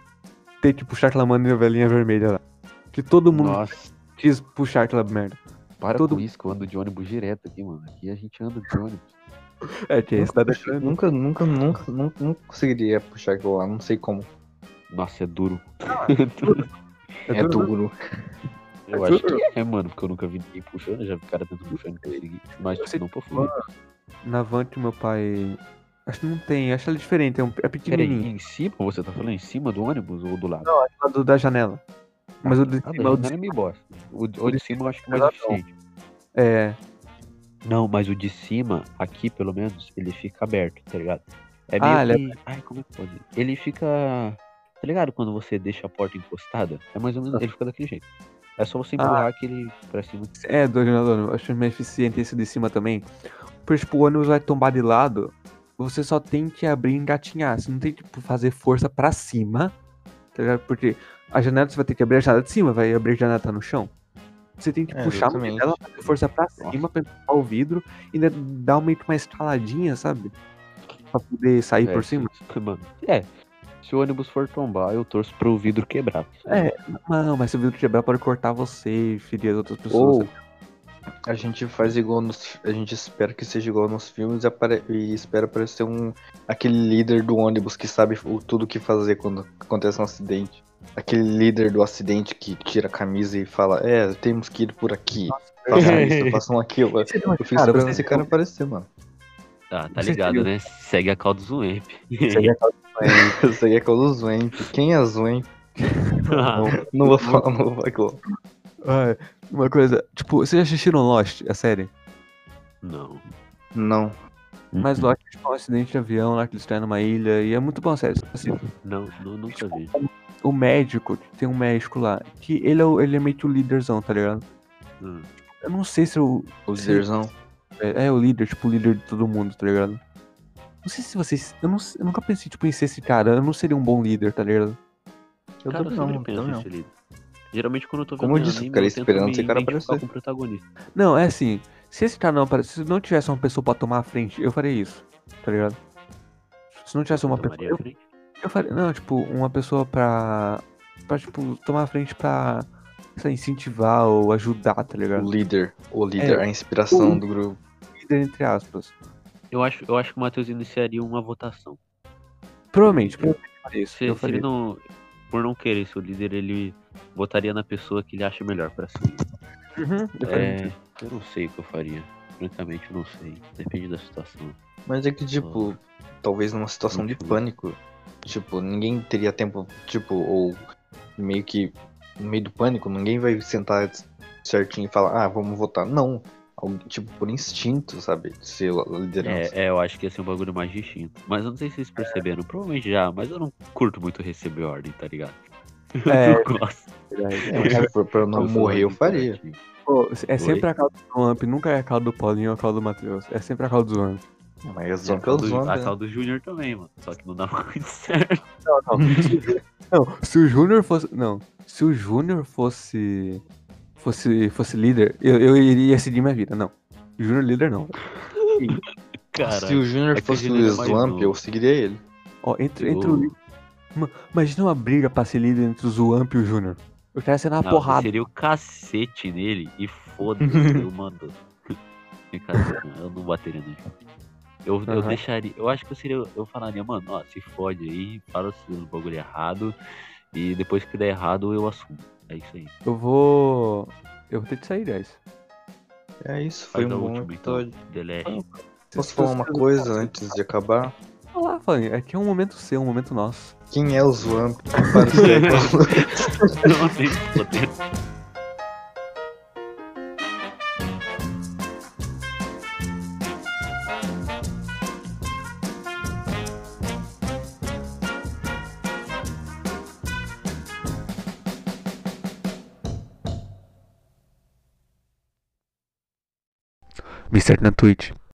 S2: ter que puxar aquela velhinha vermelha lá. Que todo mundo
S3: Nossa,
S2: quis puxar aquela merda.
S3: para
S2: todo-
S3: com isso que eu ando de ônibus direto aqui, mano. Aqui a gente anda de ônibus.
S2: É, que é isso, tá deixando.
S1: nunca, nunca, nunca, nunca, nunca conseguiria puxar aquilo lá, não sei como.
S3: Nossa, é duro.
S1: É
S2: tudo-
S1: duro.
S3: Eu
S2: É
S3: acho
S2: duro.
S3: que é, mano, porque eu nunca vi ninguém puxando. Já vi cara tentando puxar e não consegui. Mas
S2: Eu sei-
S3: tipo, não por fora.
S2: Na van que meu pai. Acho que não tem, acho ela diferente, é, um, é
S3: Peraí,
S2: pequenininho.
S3: em cima? Você tá falando em cima do ônibus ou do lado?
S2: Lá é do, da janela. Mas o de
S3: Ah,
S2: cima, o de
S3: não é meio bosta. O, o de cima eu acho que é mais
S2: Não.
S3: eficiente.
S2: É,
S3: Não, mas o de cima, aqui pelo menos, ele fica aberto, tá ligado? É meio
S2: Ah, ele
S3: que... Ai, como é que pode? Ele fica... Tá ligado quando você deixa a porta encostada? É mais ou menos... Ele fica daquele jeito. É só você
S1: Ah.
S3: empurrar aquele pra cima.
S2: é do janela, acho mais eficiente esse de cima também. Porque, tipo, o ônibus vai tombar de lado, você só tem que abrir e engatinhar. Você não tem que tipo, fazer força pra cima, tá ligado? Porque a janela você vai ter que abrir a janela de cima, vai abrir a janela tá no chão. Você tem que
S1: É,
S2: puxar
S1: exatamente.
S2: ela, fazer força pra cima, pra empurrar o vidro e ainda dar meio que uma escaladinha, sabe? Pra poder sair
S3: É,
S2: por cima.
S3: se- Mano, é. Se o ônibus for tombar, eu torço pro vidro quebrar.
S2: É, não, mas se o vidro quebrar, pode cortar você e ferir as outras pessoas.
S1: Ou a gente faz igual nos. A gente espera que seja igual nos filmes e, apare- e espera aparecer um. aquele líder do ônibus que sabe o- tudo o que fazer quando acontece um acidente. Aquele líder do acidente que tira a camisa e fala, é, temos que ir por aqui. Façam isso, façam aquilo. Eu
S2: Você não-
S1: fico
S2: Cara,
S1: esperando
S2: você-
S1: esse cara aparecer, mano.
S3: Tá, tá
S2: Você ligado,
S3: ligado,
S2: viu?
S3: né? Segue a caldo Zuemp.
S1: Isso aí é causa do Zwen. Quem é Zwen?
S3: Ah,
S1: Não, não vou falar, não vou falar. que eu-
S2: Ah, uma coisa, tipo, vocês já assistiram Lost, a série?
S3: Não.
S1: Não.
S2: Mas Lost é tipo, um acidente de avião lá que eles caem numa ilha e é muito bom a série. Assim, tipo,
S3: Não, não nunca vi.
S2: o médico, tem um médico lá, que ele é, o- ele é meio que o líderzão, tá ligado?
S3: Hum.
S2: Eu não sei se eu.
S1: O
S2: se-
S1: líderzão.
S2: É, é o líder, tipo, o líder de todo mundo, tá ligado? Não sei se vocês. Eu, não, eu nunca pensei, tipo, em ser esse cara. Eu não seria um bom líder, tá ligado?
S1: Eu
S3: Cara,
S1: também
S3: eu
S1: não,
S3: sempre
S1: eu
S3: penso
S1: também não.
S3: nesse livro. Geralmente quando eu tô vendo
S1: Como eu disse, eu
S3: anime,
S1: ficaria
S3: tento
S1: esperando
S3: me
S1: esse cara
S3: identificar
S1: aparecer.
S3: com o protagonista.
S2: Não, é assim. Se esse cara não aparece, se não tivesse uma pessoa pra tomar a frente, eu faria isso, tá ligado? Se não tivesse uma pessoa.
S3: Tomaria a
S2: Eu,
S3: frente.
S2: eu faria. Não, tipo, uma pessoa pra. Pra, tipo, tomar a frente pra. Sei, lá, incentivar ou ajudar, tá ligado?
S1: O líder. O líder, a inspiração do grupo.
S2: Líder, entre aspas.
S3: Eu acho, eu acho que o Matheus iniciaria uma votação.
S2: Provavelmente, provavelmente eu faria isso.
S3: Se,
S2: eu
S3: se
S2: faria.
S3: ele não, por não querer ser o líder, ele votaria na pessoa que ele acha melhor pra si.
S2: Uhum, eu faria.
S3: É, eu não sei o que eu faria. Francamente, eu não sei. Depende da situação.
S1: Mas
S3: Hum.
S1: é que, tipo, talvez numa situação de
S3: Muito.
S1: pânico, tipo, ninguém teria tempo, tipo, ou meio que no meio do pânico, ninguém vai sentar certinho e falar, ah, vamos votar. Não. Algu- tipo, por instinto, sabe? Ser la- liderança.
S3: É, é, eu acho que ia ser um bagulho mais distinto. Mas eu não sei se vocês perceberam. Provavelmente já, mas eu não curto muito receber ordem, tá ligado?
S2: É.
S3: Eu não gosto.
S1: É, se for pra eu não
S3: Eu sou
S1: morrer, eu
S3: muito
S1: faria.
S3: hiperativo.
S2: Pô, é sempre
S3: Oi?
S2: a calda do Amp, nunca é a calda do Paulinho ou a calda do Matheus. É sempre a calda do Amp.
S1: Mas é
S3: É,
S1: zona
S3: a
S1: pela
S3: caldo-
S1: zona,
S3: a
S1: né?
S3: caldo do Júnior também, mano. Só que não dá muito certo.
S2: Não, não. não, se o Júnior fosse. Não. Se o Júnior fosse. Fosse, fosse líder, eu, eu iria seguir minha vida. Não. Júnior líder não.
S3: Cara,
S1: Se o Júnior
S3: é que o
S1: fosse
S3: Júnior
S1: o
S3: é mais
S1: Slump,
S3: novo.
S1: eu seguiria ele.
S2: Ó, entre,
S3: eu-
S2: entre o. Mano, imagina uma briga pra ser líder entre o Zuamp e o Júnior. Eu O cara saiu na
S3: Não,
S2: porrada.
S3: Seria o cacete nele e foda-se, eu mando. Brincadeira, não, eu não bateria nele. Eu, eu
S2: Aham.
S3: deixaria, eu acho que eu seria, eu falaria, mano, ó, se fode aí, para o seu bagulho é errado, e depois que der errado eu assumo. É isso aí.
S2: Eu vou. Eu vou ter que sair, guys.
S1: É isso, foi
S3: Faz a
S1: um bom
S3: última, então.
S1: episódio.
S3: Delete.
S1: Posso falar uma coisa antes de acabar?
S2: Fala, Fanny. Aqui é um momento seu, um momento nosso.
S1: Quem é o Zwamp? Para o século.
S3: Não tem poder.
S5: Me segue na Twitch,